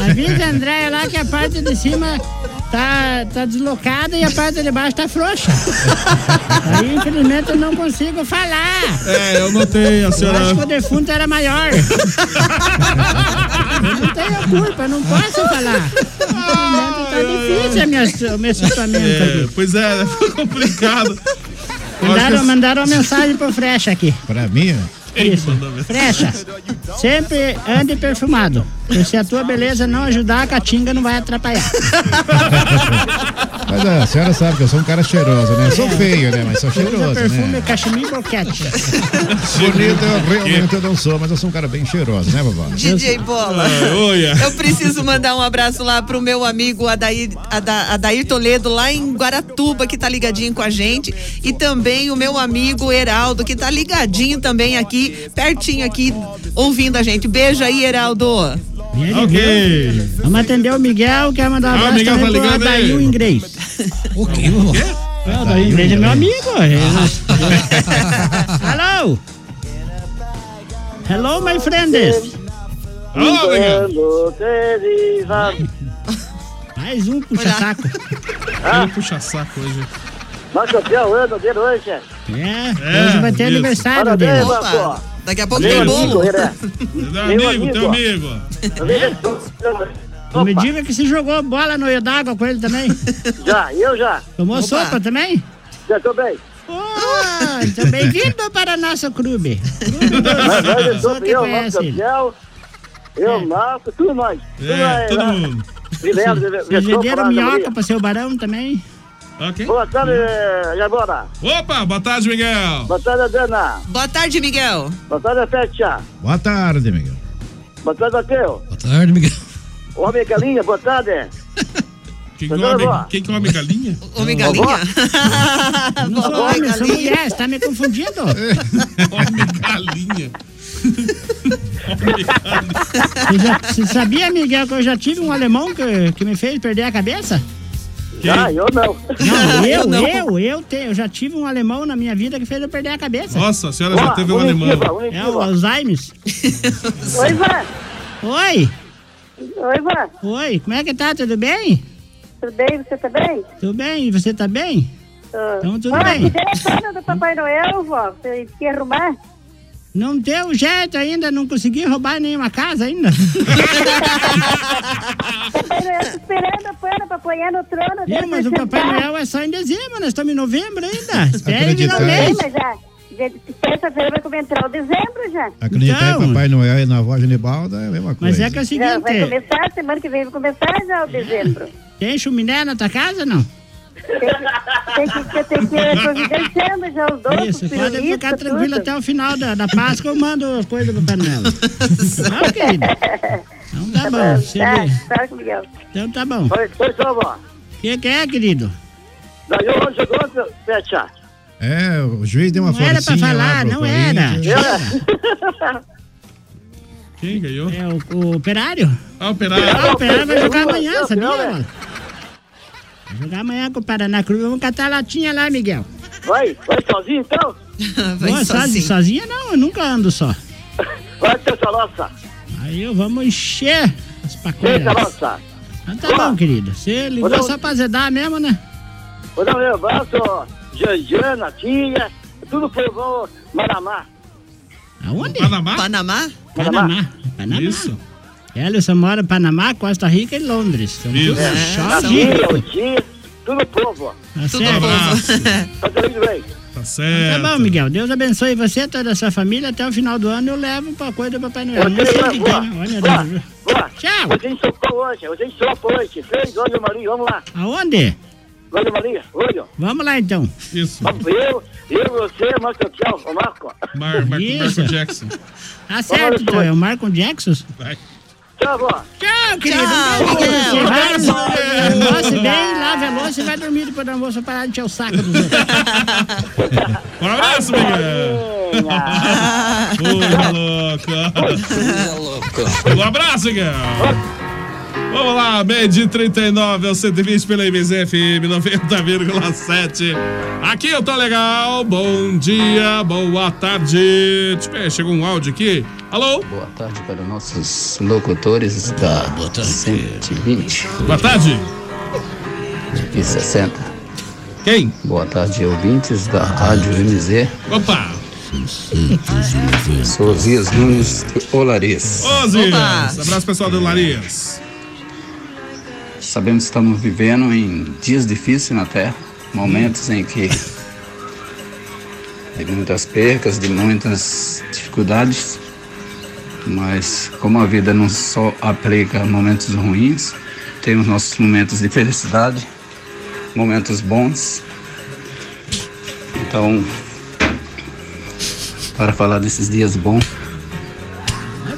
[SPEAKER 11] Avisa a Andréia lá que a parte de cima tá, tá deslocada e a parte de baixo tá frouxa. Aí, infelizmente, eu não consigo falar.
[SPEAKER 1] É, eu notei,
[SPEAKER 11] Eu
[SPEAKER 1] a
[SPEAKER 11] acho que o
[SPEAKER 1] senhora.
[SPEAKER 11] defunto era maior. Eu não tenho culpa, não posso falar. Infelizmente, tá difícil a minha, o meu equipamento
[SPEAKER 1] É,
[SPEAKER 11] aqui.
[SPEAKER 1] pois é, foi complicado. Eu acho que
[SPEAKER 11] Mandaram,
[SPEAKER 1] a-
[SPEAKER 11] mandaram uma mensagem pro Frecha aqui.
[SPEAKER 20] Pra mim,
[SPEAKER 11] Isso. Frecha, sempre ande perfumado. Porque se a tua beleza não ajudar, a caatinga não vai atrapalhar.
[SPEAKER 10] Mas ah, a senhora sabe que eu sou um cara cheiroso, né? Eu
[SPEAKER 5] É.
[SPEAKER 10] sou feio, né? Mas sou
[SPEAKER 11] Usa
[SPEAKER 10] cheiroso,
[SPEAKER 11] perfume
[SPEAKER 10] né?
[SPEAKER 11] cachemir e boquete.
[SPEAKER 10] Bonito, eu realmente eu não sou, mas eu sou um cara bem cheiroso, né, vovó?
[SPEAKER 5] DJ Bola.
[SPEAKER 10] Ah, olha.
[SPEAKER 5] Eu preciso mandar um abraço lá pro meu amigo Adair, Ada- Adair Toledo, lá em Guaratuba, que tá ligadinho com a gente. E também o meu amigo Heraldo, que tá ligadinho também aqui, pertinho aqui, ouvindo a gente. Beijo aí, Heraldo.
[SPEAKER 11] Ok. Vamos atender o Miguel, quer mandar um
[SPEAKER 5] Ah, o
[SPEAKER 11] abraço
[SPEAKER 5] Miguel
[SPEAKER 11] também
[SPEAKER 5] tá
[SPEAKER 11] pro
[SPEAKER 5] ligando
[SPEAKER 11] Adair
[SPEAKER 5] aí.
[SPEAKER 11] o inglês.
[SPEAKER 21] O quê? O quê?
[SPEAKER 11] O Adair inglês é meu amigo. é. Hello! Hello, Oh, my friends!
[SPEAKER 1] Oh,
[SPEAKER 2] Quando deriva.
[SPEAKER 11] Mais um puxa-saco.
[SPEAKER 2] Ah.
[SPEAKER 1] puxa-saco hoje.
[SPEAKER 2] Nossa, eu tenho ano de noite.
[SPEAKER 11] É, hoje vai ter
[SPEAKER 2] isso.
[SPEAKER 11] aniversário dele.
[SPEAKER 2] Parabéns, Marco. né?
[SPEAKER 5] Daqui a
[SPEAKER 2] pouco tem bolo.
[SPEAKER 1] Teu
[SPEAKER 11] Meu
[SPEAKER 1] amigo, teu amigo.
[SPEAKER 11] Não me diga que se jogou bola no olho d'água com ele também.
[SPEAKER 2] Já, eu já.
[SPEAKER 11] Tomou
[SPEAKER 2] Opa.
[SPEAKER 11] sopa também?
[SPEAKER 2] Já tô bem.
[SPEAKER 11] Ah, então bem-vindo para nosso clube.
[SPEAKER 2] Mas nós é
[SPEAKER 11] Só
[SPEAKER 2] todo
[SPEAKER 11] quem
[SPEAKER 2] eu, Marco
[SPEAKER 11] conhece ele. É.
[SPEAKER 2] Gabriel, eu, Marco, tudo nós. Tudo
[SPEAKER 1] É,
[SPEAKER 2] nós, né? Vilela, Vilela,
[SPEAKER 11] Vocês
[SPEAKER 2] Vilela,
[SPEAKER 11] venderam
[SPEAKER 2] Vilela,
[SPEAKER 11] minhoca
[SPEAKER 2] Maria.
[SPEAKER 11] para seu barão também?
[SPEAKER 2] Boa tarde, Jabora.
[SPEAKER 1] Opa, boa tarde, Miguel.
[SPEAKER 2] Boa tarde, Adana.
[SPEAKER 5] Boa tarde, Miguel.
[SPEAKER 2] Boa tarde, Fetia.
[SPEAKER 10] Boa tarde, Miguel.
[SPEAKER 2] Boa tarde, Matheus.
[SPEAKER 21] Boa tarde, Miguel.
[SPEAKER 2] Homem galinha, boa tarde.
[SPEAKER 1] Quem
[SPEAKER 2] Tudo
[SPEAKER 1] come,
[SPEAKER 2] tá bom?
[SPEAKER 1] quem come galinha?
[SPEAKER 5] Homem
[SPEAKER 2] galinha?
[SPEAKER 11] Não sou
[SPEAKER 2] Boa,
[SPEAKER 11] homem, sou
[SPEAKER 2] galinha.
[SPEAKER 11] mulher, você tá me confundindo.
[SPEAKER 1] Galinha.
[SPEAKER 11] Você, já- você sabia, Miguel, que eu já tive um alemão que, que me fez perder a cabeça?
[SPEAKER 2] Ah, eu não.
[SPEAKER 11] Não, eu,
[SPEAKER 2] Eu não.
[SPEAKER 11] eu, eu, te, eu já tive um alemão na minha vida que fez eu perder a cabeça.
[SPEAKER 1] Nossa, a senhora já Ó, teve um alemão.
[SPEAKER 11] É
[SPEAKER 1] Olimpíada, Olimpíada.
[SPEAKER 11] o Alzheimer.
[SPEAKER 2] Oi, Van.
[SPEAKER 11] Oi.
[SPEAKER 2] Oi, Van.
[SPEAKER 11] Oi, como é que tá? Tudo bem?
[SPEAKER 22] Tudo bem? Você tá bem?
[SPEAKER 11] Tudo bem, e você tá bem? Então tudo
[SPEAKER 22] ah,
[SPEAKER 11] bem.
[SPEAKER 22] me dê a perna do Papai Noel, vó. Você quer arrumar?
[SPEAKER 11] Não deu jeito ainda, não consegui roubar nenhuma casa ainda.
[SPEAKER 22] Papai Noel tá esperando a perna pra apanhar no trono dele.
[SPEAKER 11] Viu, mas o
[SPEAKER 22] pra
[SPEAKER 11] Papai
[SPEAKER 22] sentar.
[SPEAKER 11] Noel é só em dezembro, nós estamos em novembro ainda. Espere
[SPEAKER 10] Acreditando.
[SPEAKER 11] virar o mês.
[SPEAKER 22] Mas ah, já, de- terça-feira vai começar o dezembro já.
[SPEAKER 10] Acreditar
[SPEAKER 11] Então.
[SPEAKER 10] em é, Papai Noel e na avó Genibalda é a mesma coisa.
[SPEAKER 11] Mas é que é o
[SPEAKER 22] Já vai
[SPEAKER 11] seguinte,
[SPEAKER 22] começar, semana que vem vai começar já o dezembro.
[SPEAKER 11] tem chuminé na tua casa não?
[SPEAKER 22] Tem que, tem que, você tem que ir providenciando já os dois.
[SPEAKER 11] Isso, pode ficar tranquilo até o final da, da Páscoa, eu mando as coisas do Papai Noel. Não, querido. Então tá bom, você vê.
[SPEAKER 2] É,
[SPEAKER 22] Tá, tá, Miguel.
[SPEAKER 11] Então tá bom.
[SPEAKER 2] Oi, oi, só,
[SPEAKER 11] O
[SPEAKER 2] vó.
[SPEAKER 11] que, que é, querido?
[SPEAKER 2] Daí eu hoje gosto, Fetia.
[SPEAKER 10] É, o juiz deu uma
[SPEAKER 11] Não era pra
[SPEAKER 10] forcinha lá
[SPEAKER 11] falar,
[SPEAKER 10] pro
[SPEAKER 11] não era.
[SPEAKER 10] Corinthians.
[SPEAKER 1] Quem ganhou?
[SPEAKER 11] É o, o Operário.
[SPEAKER 1] Ah, o Operário.
[SPEAKER 11] Ah, o Operário vai jogar amanhã,
[SPEAKER 1] Campeão,
[SPEAKER 11] sabia,
[SPEAKER 1] né?
[SPEAKER 11] mano? Vai jogar amanhã com o Paraná Clube. Vamos catar a latinha lá, Miguel.
[SPEAKER 2] Vai, vai sozinho então?
[SPEAKER 11] Boa, sozinho. Sozinha não, eu nunca ando só.
[SPEAKER 2] Vai, seu Salossa.
[SPEAKER 11] Aí eu vamos encher os
[SPEAKER 2] Vem,
[SPEAKER 11] pacotes.
[SPEAKER 2] Salossa.
[SPEAKER 11] Então tá bom, querido. Você ligou
[SPEAKER 2] Olha,
[SPEAKER 11] só pra azedar mesmo, né?
[SPEAKER 2] um- Vou dar um abraço, ó, Janjana, Tia, tudo povão Maramá.
[SPEAKER 11] Aonde?
[SPEAKER 1] Panamá?
[SPEAKER 5] Panamá?
[SPEAKER 11] Panamá. Panamá. Isso. Ellison mora em Panamá, Costa Rica e Londres. São
[SPEAKER 2] Isso.
[SPEAKER 11] duas
[SPEAKER 2] É,
[SPEAKER 11] choques.
[SPEAKER 2] Tia, o Tia, tudo povo.
[SPEAKER 11] Tá certo.
[SPEAKER 2] Tá tudo bem.
[SPEAKER 1] Tá
[SPEAKER 11] Tá
[SPEAKER 1] certo.
[SPEAKER 11] bom, Miguel. Deus abençoe você, toda a sua família. Até o final do ano eu levo pra coisa do Papai Noel.
[SPEAKER 2] Eu
[SPEAKER 11] Não
[SPEAKER 2] tenho
[SPEAKER 11] sei
[SPEAKER 2] uma
[SPEAKER 11] o que
[SPEAKER 2] boa.
[SPEAKER 11] tem, né? Olha,
[SPEAKER 2] Boa.
[SPEAKER 11] Deus.
[SPEAKER 2] Boa.
[SPEAKER 11] Tchau.
[SPEAKER 2] Você ensopou hoje, você ensopou hoje. Três olhos, Maria, vamos lá.
[SPEAKER 11] Aonde?
[SPEAKER 2] Olho, Maria, olho.
[SPEAKER 11] Vamos lá então.
[SPEAKER 1] Isso.
[SPEAKER 2] Eu, eu, você, Marco Tchau, o Marco.
[SPEAKER 1] Mar, Marco,
[SPEAKER 11] Isso.
[SPEAKER 1] Marco Jackson. É.
[SPEAKER 11] Tá certo, então. É o Marco Jackson?
[SPEAKER 1] Vai.
[SPEAKER 2] Tchau, vó.
[SPEAKER 11] Tchau, querido.
[SPEAKER 2] Tchau,
[SPEAKER 11] Um beijo pra você.
[SPEAKER 2] Miguel.
[SPEAKER 11] Vai,
[SPEAKER 2] Um beijo.
[SPEAKER 11] almoce bem, lave a louça e vai dormir depois do almoço parar de encher o saco dos outros.
[SPEAKER 1] Um abraço, Miguel. Oi, maluco. Um abraço, Miguel. Vamos lá, meio de 39 ao 120 pela MZFM 90,7. Aqui eu tô legal. Bom dia, boa tarde. Deixa eu ver, Chegou um áudio aqui. Alô?
[SPEAKER 23] Boa tarde para nossos locutores da 120.
[SPEAKER 1] Boa tarde.
[SPEAKER 23] E 60.
[SPEAKER 1] Quem?
[SPEAKER 23] Boa tarde, ouvintes da Rádio MZ.
[SPEAKER 1] Opa!
[SPEAKER 23] Sou Zias Nunes Olares.
[SPEAKER 1] Ô, Zias. Abraço, pessoal do Larias.
[SPEAKER 23] Sabemos que estamos vivendo em dias difíceis na Terra, momentos em que de muitas percas, de muitas dificuldades, mas como a vida não só aplica momentos ruins, temos nossos momentos de felicidade, momentos bons. Então, para falar desses dias bons,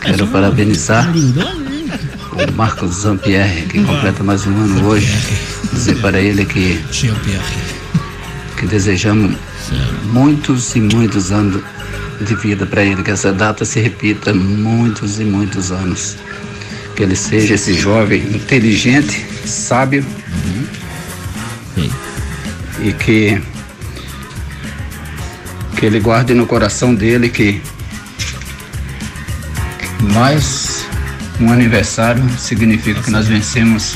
[SPEAKER 23] quero parabenizar o Marcos Zampierre, que completa mais um ano hoje. Dizer para ele que, que desejamos muitos e muitos anos de vida para ele, que essa data se repita muitos e muitos anos. Que ele seja esse jovem inteligente, sábio e que, que ele guarde no coração dele que mais um aniversário significa que nós vencemos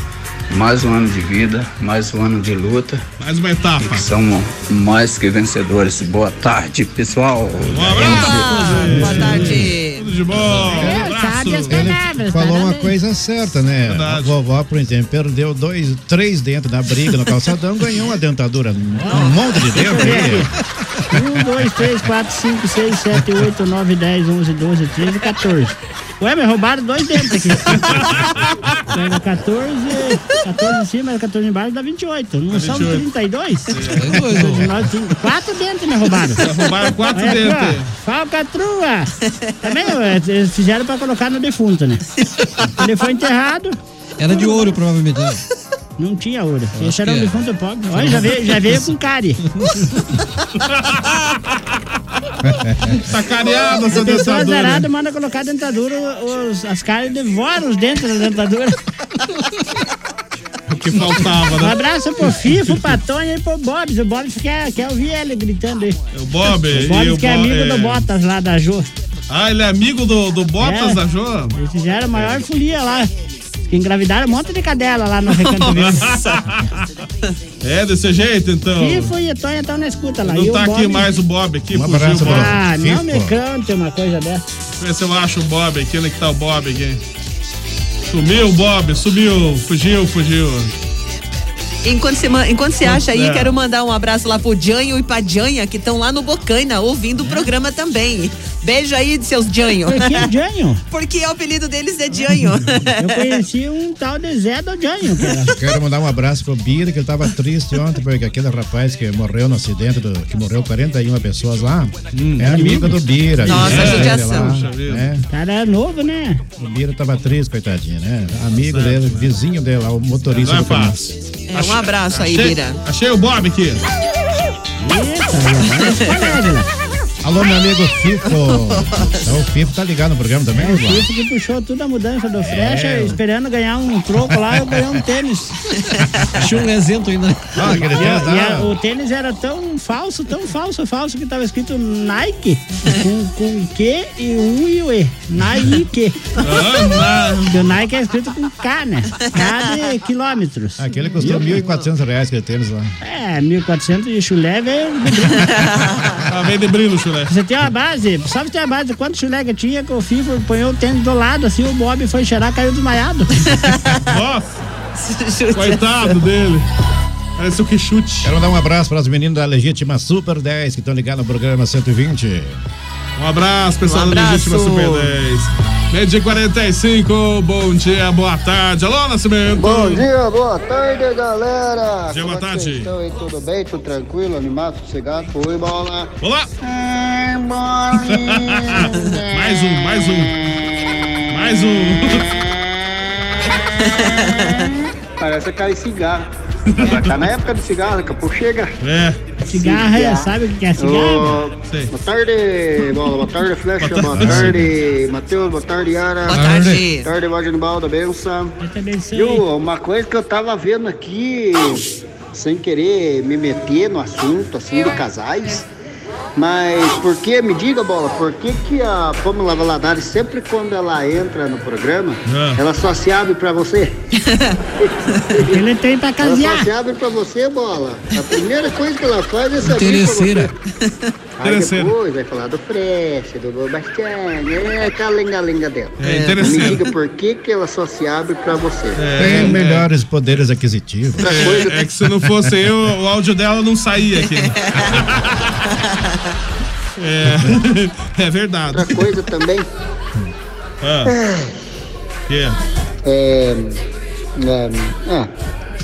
[SPEAKER 23] mais um ano de vida, mais um ano de luta.
[SPEAKER 1] Mais uma etapa.
[SPEAKER 23] Que são mais que vencedores. Boa tarde, pessoal.
[SPEAKER 10] Ah,
[SPEAKER 5] Boa tarde.
[SPEAKER 1] Tudo de bom.
[SPEAKER 11] É,
[SPEAKER 1] Um
[SPEAKER 11] Sabe as palavras,
[SPEAKER 10] Falou uma
[SPEAKER 11] parabéns.
[SPEAKER 10] coisa certa, né? A vovó, por exemplo, perdeu dois, três dentes na briga no calçadão, ganhou uma dentadura. Um monte de dente. aí.
[SPEAKER 11] 1, 2, 3, 4, 5, 6, 7, 8, 9, 10, 11, 12, 13, 14. Ué, me roubaram dois dentes aqui. Pega 14, 14 em cima, 14 embaixo, dá 28. Não são
[SPEAKER 2] 28.
[SPEAKER 11] 32?
[SPEAKER 6] É,
[SPEAKER 11] 32. Quatro dentes me roubaram.
[SPEAKER 2] Roubaram quatro
[SPEAKER 11] Olha aqui,
[SPEAKER 6] é.
[SPEAKER 2] dentes.
[SPEAKER 11] ó, Falcatrua. Também ué, eles fizeram pra colocar no defunto, né? Ele foi enterrado.
[SPEAKER 6] Era de ouro, provavelmente. né?
[SPEAKER 11] Não tinha ouro. Esse era
[SPEAKER 6] que
[SPEAKER 11] um
[SPEAKER 6] é.
[SPEAKER 11] defunto pobre. Olha, já veio, já veio com cárie.
[SPEAKER 1] Tá careado essa
[SPEAKER 11] A pessoa
[SPEAKER 1] dentadura.
[SPEAKER 11] azarada manda colocar a dentadura, os, as caras devoram os dentes da dentadura.
[SPEAKER 1] O que faltava,
[SPEAKER 11] Um
[SPEAKER 1] né?
[SPEAKER 11] abraço pro Fifo, pra Tonha e pro Bobs. é O Bobs quer, quer ouvir ele gritando aí.
[SPEAKER 1] O Bob.
[SPEAKER 11] O
[SPEAKER 1] e
[SPEAKER 11] Bobs que é
[SPEAKER 1] Bo-
[SPEAKER 11] amigo
[SPEAKER 1] é.
[SPEAKER 11] do Botas lá da Jô.
[SPEAKER 1] Ah, ele é amigo do, do Botas
[SPEAKER 11] É.
[SPEAKER 1] da Jô?
[SPEAKER 11] Eles fizeram a maior folia lá. Que engravidaram um monte de cadela lá no Recanto Verde.
[SPEAKER 1] É desse jeito, então.
[SPEAKER 11] Fifo e Tonha estão na escuta lá. e
[SPEAKER 1] Não
[SPEAKER 11] o
[SPEAKER 1] tá
[SPEAKER 11] Bob-
[SPEAKER 1] aqui mais o Bob aqui,
[SPEAKER 11] Um
[SPEAKER 1] fugiu o
[SPEAKER 11] abraço,
[SPEAKER 1] Bob.
[SPEAKER 11] Ah, não me cante uma coisa dessa.
[SPEAKER 1] Deixa eu ver se eu acho o Bob aqui. Onde é que tá o Bob aqui? Sumiu o Bob, sumiu, fugiu, fugiu.
[SPEAKER 5] Enquanto você, ma- enquanto você acha aí,
[SPEAKER 1] É.
[SPEAKER 5] quero mandar um abraço lá pro Janho e pra Janha, que estão lá no Bocaina, ouvindo o programa também. Beijo aí de seus Janho.
[SPEAKER 11] Por que Janho?
[SPEAKER 5] Porque o apelido deles é Janho.
[SPEAKER 11] Eu conheci um tal de Zé do Janho, cara.
[SPEAKER 10] Quero mandar um abraço pro Bira, que ele tava triste ontem, porque aquele rapaz que morreu no acidente, do- que morreu 41 pessoas lá, é amigo do Bira.
[SPEAKER 11] Hum, Nossa,
[SPEAKER 10] conhece ele
[SPEAKER 11] judiação.
[SPEAKER 10] lá,
[SPEAKER 11] Puxa vida.
[SPEAKER 10] né?
[SPEAKER 11] O cara é novo, né?
[SPEAKER 10] O Bira tava triste, coitadinho, né? Amigo dele, vizinho dele lá, o motorista
[SPEAKER 1] Não é
[SPEAKER 10] do caminhão.
[SPEAKER 1] fácil.
[SPEAKER 5] É, um abraço aí,
[SPEAKER 1] Achei-
[SPEAKER 5] Bira.
[SPEAKER 1] Achei o Bob aqui.
[SPEAKER 10] é Alô, meu amigo Fifo. Então, o Fifo tá ligado no programa também,
[SPEAKER 11] É o
[SPEAKER 10] Osmar?
[SPEAKER 11] Fifo que puxou toda a mudança do Frecha,
[SPEAKER 10] É.
[SPEAKER 11] esperando ganhar um troco lá, eu ganhei um tênis.
[SPEAKER 6] Achei um exemplo ainda.
[SPEAKER 10] Ah, aquele
[SPEAKER 11] E a-
[SPEAKER 10] tênis
[SPEAKER 11] e a-
[SPEAKER 10] lá.
[SPEAKER 11] o tênis era tão falso, tão falso, falso, que tava escrito Nike com, com Q e U e o E. Nike.
[SPEAKER 10] Ah,
[SPEAKER 11] Porque o Nike é escrito com K, né? K de quilômetros.
[SPEAKER 10] Aquele custou R$ 1.400 reais aquele tênis lá.
[SPEAKER 11] É, 1.400 e chulé veio.
[SPEAKER 1] Tá bem de brilho, chulé.
[SPEAKER 11] Você tem uma base, só você tem uma base. Quanto chulé que tinha que o Fifo ponhou o tênis do lado, assim, o Bob foi cheirar, caiu desmaiado.
[SPEAKER 1] Nossa! Coitado dele. Parece o que chute.
[SPEAKER 10] Quero mandar um abraço para os meninos da Legítima Super 10 que estão ligados no programa 120.
[SPEAKER 1] Um abraço, pessoal
[SPEAKER 10] Um
[SPEAKER 1] da
[SPEAKER 10] abraço.
[SPEAKER 1] Legítima Super 10. Meio dia e 45, bom dia, boa tarde. Alô, Nascimento.
[SPEAKER 24] Bom dia, boa tarde, galera.
[SPEAKER 1] dia, boa
[SPEAKER 24] Como é que
[SPEAKER 1] tarde.
[SPEAKER 24] vocês estão aí? Tudo bem? Tudo tranquilo? Animado, sossegado? Oi, bola.
[SPEAKER 1] Olá.
[SPEAKER 24] É, bolinha.
[SPEAKER 1] mais um, mais um. Mais um.
[SPEAKER 24] Parece aquele cigarro. Já tá na época do cigarro, daqui a pouco chega.
[SPEAKER 1] É.
[SPEAKER 11] Cigarro, é- sabe o que é cigarro?
[SPEAKER 24] boa tarde, bola. Boa tarde, Flecha. Boa, tarde, Matheus. Boa tarde, Yara.
[SPEAKER 11] Boa tarde.
[SPEAKER 24] Boa tarde, Vaginbalda. Benção.
[SPEAKER 11] Benção.
[SPEAKER 24] Viu, uma coisa que eu tava vendo aqui, sem querer me meter no assunto, assim, de casais. Mas por que, me diga, Bola, por que que a Pamela Valadares, sempre quando ela entra no programa, ela só se abre pra você?
[SPEAKER 11] Ele tem pra
[SPEAKER 24] Ela só
[SPEAKER 11] casear.
[SPEAKER 24] se abre Tá pra você, Bola. A primeira coisa que ela faz é se abrir pra você.
[SPEAKER 11] Interesseira.
[SPEAKER 24] Aí
[SPEAKER 11] Interesseiro.
[SPEAKER 24] depois vai falar do Freche, do Bastião, é aquela lenga-lenga dela.
[SPEAKER 10] É, interesseiro.
[SPEAKER 24] Me diga por que, que ela só se abre pra você.
[SPEAKER 10] Tem melhores poderes aquisitivos.
[SPEAKER 1] É, é que se não fosse eu, o áudio dela não saía aqui. É, é verdade.
[SPEAKER 24] Outra coisa também.
[SPEAKER 1] Ah. Que?
[SPEAKER 24] É, é, ah,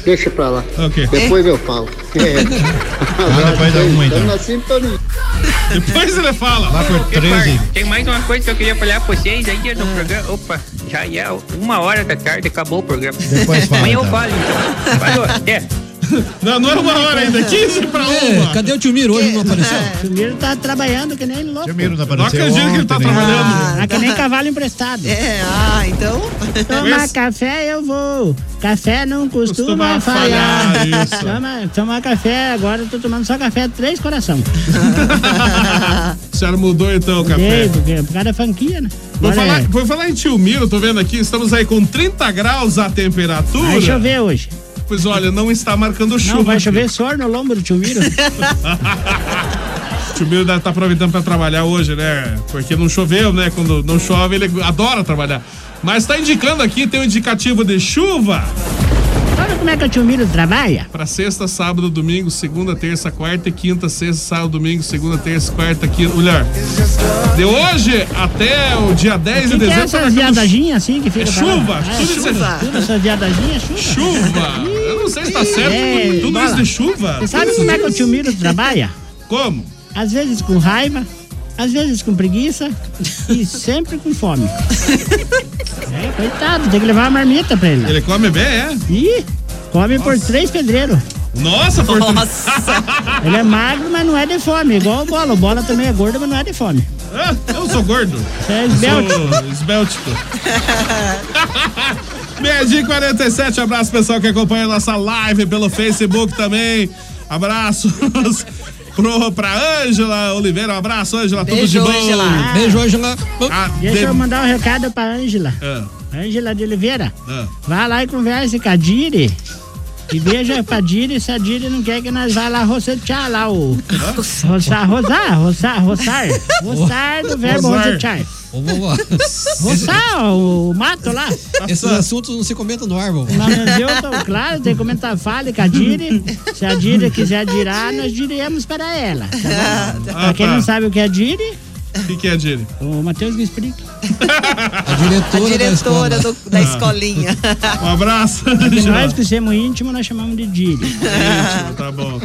[SPEAKER 24] deixa pra lá.
[SPEAKER 1] Ok. Ah,
[SPEAKER 24] Depois eu falo. É.
[SPEAKER 1] depois dá uma, então.
[SPEAKER 24] Tamo na sintonia.
[SPEAKER 1] Depois ele fala. Lá por
[SPEAKER 3] Tem mais uma coisa que eu queria falar pra vocês aí no programa. Opa, já é uma hora da tarde, acabou o programa.
[SPEAKER 1] Depois fala,
[SPEAKER 3] Amanhã eu
[SPEAKER 1] então.
[SPEAKER 3] falo então. Falou, até.
[SPEAKER 1] Não, não era uma hora ainda, 15 pra uma.
[SPEAKER 6] É, cadê o Tio Miro hoje? Não apareceu?
[SPEAKER 11] O Miro tá trabalhando que nem louco.
[SPEAKER 6] Miro não
[SPEAKER 1] apareceu Não acredito que ele tá ontem, né? trabalhando.
[SPEAKER 11] Ah, que nem cavalo emprestado.
[SPEAKER 5] É, ah, então.
[SPEAKER 11] Tomar
[SPEAKER 5] Esse-
[SPEAKER 11] café eu vou. Café não costuma,
[SPEAKER 5] Costuma
[SPEAKER 11] falhar.
[SPEAKER 5] falhar, isso.
[SPEAKER 11] Toma- tomar café, agora eu tô tomando só café três coração.
[SPEAKER 1] A senhora mudou então o café.
[SPEAKER 11] Ei, porque por causa da franquia, né?
[SPEAKER 1] Por
[SPEAKER 11] Agora
[SPEAKER 1] falar,
[SPEAKER 11] é.
[SPEAKER 1] por falar em tio Miro, tô vendo aqui, estamos aí com 30 graus a temperatura.
[SPEAKER 11] Vai chover hoje.
[SPEAKER 1] Pois olha, não está marcando chuva.
[SPEAKER 11] Não, vai chover suor no lombo do tio Miro.
[SPEAKER 1] O tio Miro deve estar aproveitando para trabalhar hoje, né? Porque não choveu, né? Quando não chove, ele adora trabalhar. Mas tá indicando aqui, tem um indicativo de chuva
[SPEAKER 11] Sabe como é que o tio Miro trabalha?
[SPEAKER 1] para sexta, sábado, domingo, segunda, terça, quarta e quinta, sexta, sábado, domingo, segunda, terça, quarta, quinta. Olha, de hoje até o dia 10
[SPEAKER 11] O que
[SPEAKER 1] de
[SPEAKER 11] que é
[SPEAKER 1] dezembro. tá
[SPEAKER 11] essas
[SPEAKER 1] marcando
[SPEAKER 11] viadaginhas assim que fica pra
[SPEAKER 1] É
[SPEAKER 11] lá?
[SPEAKER 1] chuva,
[SPEAKER 11] Ah,
[SPEAKER 1] tudo isso é-
[SPEAKER 11] chuva. Tudo essas viadaginhas é chuva.
[SPEAKER 1] Chuva! Eu não sei se tá certo,
[SPEAKER 11] É,
[SPEAKER 1] tudo
[SPEAKER 11] bola.
[SPEAKER 1] isso de chuva.
[SPEAKER 11] Você sabe como é que o tio Miro trabalha?
[SPEAKER 1] Como?
[SPEAKER 11] Às vezes com raiva, às vezes com preguiça e sempre com fome. É, coitado, tem que levar uma marmita pra ele.
[SPEAKER 1] Ele come bem, é?
[SPEAKER 11] Ih, come por três pedreiros.
[SPEAKER 1] Nossa, por...
[SPEAKER 11] Ele é magro, mas não é de fome. Igual o Bola. O Bola também é gordo, mas não é de fome.
[SPEAKER 1] Ah, eu sou gordo.
[SPEAKER 11] é esbéltico.
[SPEAKER 1] Eu sou Esbéltico. Meia-dia e 47, abraço pessoal que acompanha nossa live pelo Facebook também. Abraços pro, pra Ângela Oliveira, um abraço, Ângela, tudo de bom.
[SPEAKER 11] Ângela.
[SPEAKER 1] Ah,
[SPEAKER 11] Deixa
[SPEAKER 1] de-
[SPEAKER 11] eu mandar um recado pra Ângela.
[SPEAKER 1] Ah,
[SPEAKER 11] Ângela de Oliveira.
[SPEAKER 1] ah.
[SPEAKER 11] Vá lá e converse com a Diri. E veja pra Diri se a Diri não quer que nós vá lá rocetear lá o. Roçar, rosar, roçar, roçar. Roçar do verbo
[SPEAKER 6] Rosar.
[SPEAKER 11] rocetear.
[SPEAKER 6] Ô, vovó.
[SPEAKER 11] Roçar o mato lá.
[SPEAKER 6] Esses assuntos não se comentam no ar, vovó.
[SPEAKER 11] Lá no eu tô claro, tem que comentar, fale com a Diri. Se a Diri quiser girar, nós diremos para ela. tá bom? pra quem
[SPEAKER 1] tá.
[SPEAKER 11] não sabe o que é Diri,
[SPEAKER 1] O que, que é, Diri?
[SPEAKER 11] o Matheus me explica.
[SPEAKER 6] A diretora,
[SPEAKER 5] A diretora
[SPEAKER 6] da escola.
[SPEAKER 5] do- da escolinha.
[SPEAKER 1] Um abraço,
[SPEAKER 11] Mas
[SPEAKER 1] Ângela.
[SPEAKER 11] nós que somos íntimos, nós chamamos de Diri.
[SPEAKER 1] Íntimo, tá bom.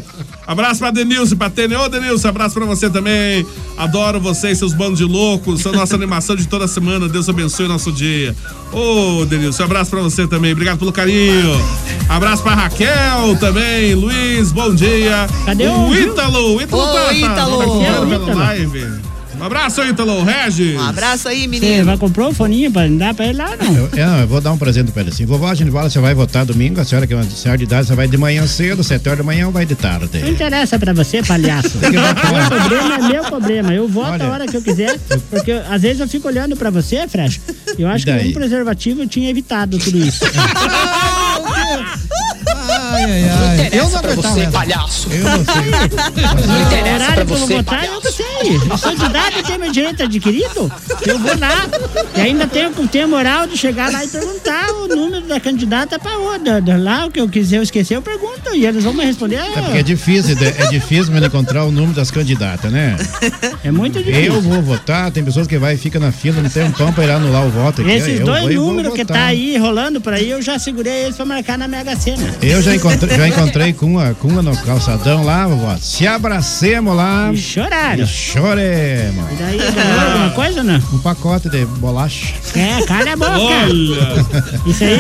[SPEAKER 1] Abraço pra Denilson, pra Tene. Ô, Denilson, abraço pra você também. Adoro vocês, seus bandos de loucos. São nossa animação de toda semana. Deus abençoe o nosso dia. Ô, Denilson, abraço pra você também. Obrigado pelo carinho. Abraço pra Raquel também. Luiz, bom dia.
[SPEAKER 11] Cadê
[SPEAKER 1] o
[SPEAKER 11] o Gil?
[SPEAKER 1] Ítalo? O Ítalo
[SPEAKER 11] Ô,
[SPEAKER 1] tá, tá,
[SPEAKER 11] Ítalo.
[SPEAKER 1] tá acompanhando
[SPEAKER 11] Cadê o
[SPEAKER 1] pela
[SPEAKER 11] Ítalo?
[SPEAKER 1] live. Um abraço, Ítalo. Regis. Um
[SPEAKER 5] abraço aí,
[SPEAKER 11] Você vai comprar um foninho pra dar pra ele lá, não?
[SPEAKER 10] Eu, eu vou dar um presente pra ele assim. Vovó Genivala, você vai votar domingo, a senhora que é uma senhora de idade, você vai de manhã cedo, sete horas da manhã ou vai de tarde?
[SPEAKER 11] Não interessa pra você, palhaço. meu problema é meu problema. Eu voto
[SPEAKER 10] Olha.
[SPEAKER 11] a hora que eu quiser, porque às vezes eu fico olhando pra você, Fresh. e Eu acho que
[SPEAKER 10] daí?
[SPEAKER 11] um preservativo eu tinha evitado tudo isso.
[SPEAKER 6] Ai, ai. Eu não aguentava essa. Eu não sei.
[SPEAKER 11] O
[SPEAKER 6] interessa pra
[SPEAKER 11] horário que eu vou
[SPEAKER 6] você,
[SPEAKER 11] votar, eu não sei. Eu sou de idade, eu tenho meu direito adquirido. Eu vou lá. E ainda tenho, tenho moral de chegar lá e perguntar o número da candidata pra outra. Lá o que eu quiser, eu esquecer, eu pergunto. E eles vão me responder.
[SPEAKER 10] É porque é difícil, de- é difícil mesmo encontrar o número das candidatas, né?
[SPEAKER 11] É muito difícil.
[SPEAKER 10] Eu vou votar, tem pessoas que vai e fica na fila um tempão pra ir anular o voto aqui.
[SPEAKER 11] Esses
[SPEAKER 10] eu vou
[SPEAKER 11] dois
[SPEAKER 10] e vou
[SPEAKER 11] números que
[SPEAKER 10] votar.
[SPEAKER 11] tá aí rolando por aí, eu já segurei eles pra marcar na Mega Sena.
[SPEAKER 10] Eu já encontrei, já encontrei com uma, com uma no calçadão lá, vovó. Se abracemos lá. E
[SPEAKER 11] choraram.
[SPEAKER 10] E choremos.
[SPEAKER 11] E daí, ganhou alguma coisa ou não?
[SPEAKER 10] Um pacote de bolacha.
[SPEAKER 11] É, cala a boca.
[SPEAKER 1] Olha.
[SPEAKER 11] Isso aí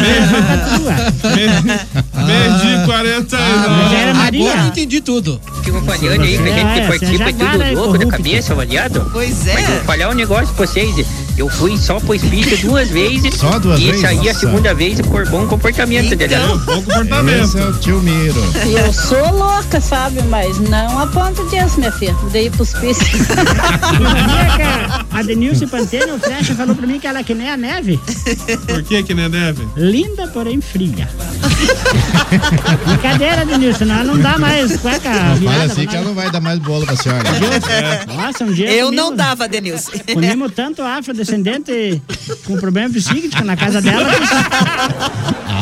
[SPEAKER 1] Meio-dia e 49.
[SPEAKER 3] era Maria.
[SPEAKER 6] Agora eu entendi tudo.
[SPEAKER 3] Fica acompanhando aí, que a gente que participa é tudo louco da cabeça, avaliado.
[SPEAKER 5] Pois
[SPEAKER 3] é. Mas eu vou falar um negócio pra vocês. Eu fui só pro espírito duas vezes.
[SPEAKER 10] Só duas
[SPEAKER 3] e
[SPEAKER 10] vezes?
[SPEAKER 3] saí a
[SPEAKER 10] Nossa.
[SPEAKER 3] segunda vez por bom comportamento, então...
[SPEAKER 1] Bom
[SPEAKER 10] Esse é o tio Miro.
[SPEAKER 4] Eu sou louca, sabe? Mas não a ponto disso, minha filha. Dei pros piscis.
[SPEAKER 11] A Denilce Pantene, o Flecha, falou pra mim que ela é que nem a neve.
[SPEAKER 1] Por que que nem deve?
[SPEAKER 11] Linda, porém fria. Brincadeira, Denilson. Não, não dá mais cueca
[SPEAKER 10] Não, fala
[SPEAKER 11] virada.
[SPEAKER 10] assim que ela não vai dar mais bolo pra senhora.
[SPEAKER 11] Nossa, um dia
[SPEAKER 5] Eu
[SPEAKER 11] comigo-
[SPEAKER 5] não dava, Denilson.
[SPEAKER 11] Comemos tanto afro de descendente com problema psíquico na casa dela.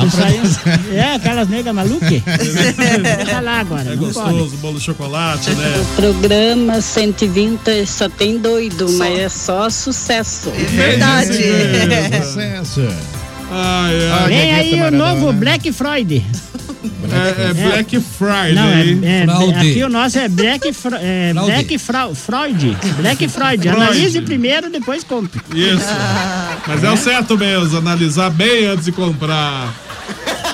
[SPEAKER 11] Que saiu- é, aquelas negras malucas. Vou falar agora.
[SPEAKER 1] É
[SPEAKER 11] não pode.
[SPEAKER 1] gostoso, bolo de chocolate, né?
[SPEAKER 4] Programa 120 só tem doido, mas é só sucesso.
[SPEAKER 1] verdade.
[SPEAKER 10] É, Sucesso.
[SPEAKER 1] Ai,
[SPEAKER 10] ai.
[SPEAKER 11] Vem
[SPEAKER 10] Olha,
[SPEAKER 11] aí
[SPEAKER 10] Guetta
[SPEAKER 11] o
[SPEAKER 10] Maradona.
[SPEAKER 11] novo Black Friday.
[SPEAKER 1] É, é Black Friday.
[SPEAKER 11] Não, é,
[SPEAKER 1] hein?
[SPEAKER 11] é- aqui o nosso é Black, Fro é
[SPEAKER 1] Fraude.
[SPEAKER 11] Black Frau- Freud. Black Freud.
[SPEAKER 1] Freud.
[SPEAKER 11] Analise primeiro, depois compre.
[SPEAKER 1] Isso. Mas é o certo mesmo, analisar bem antes de comprar.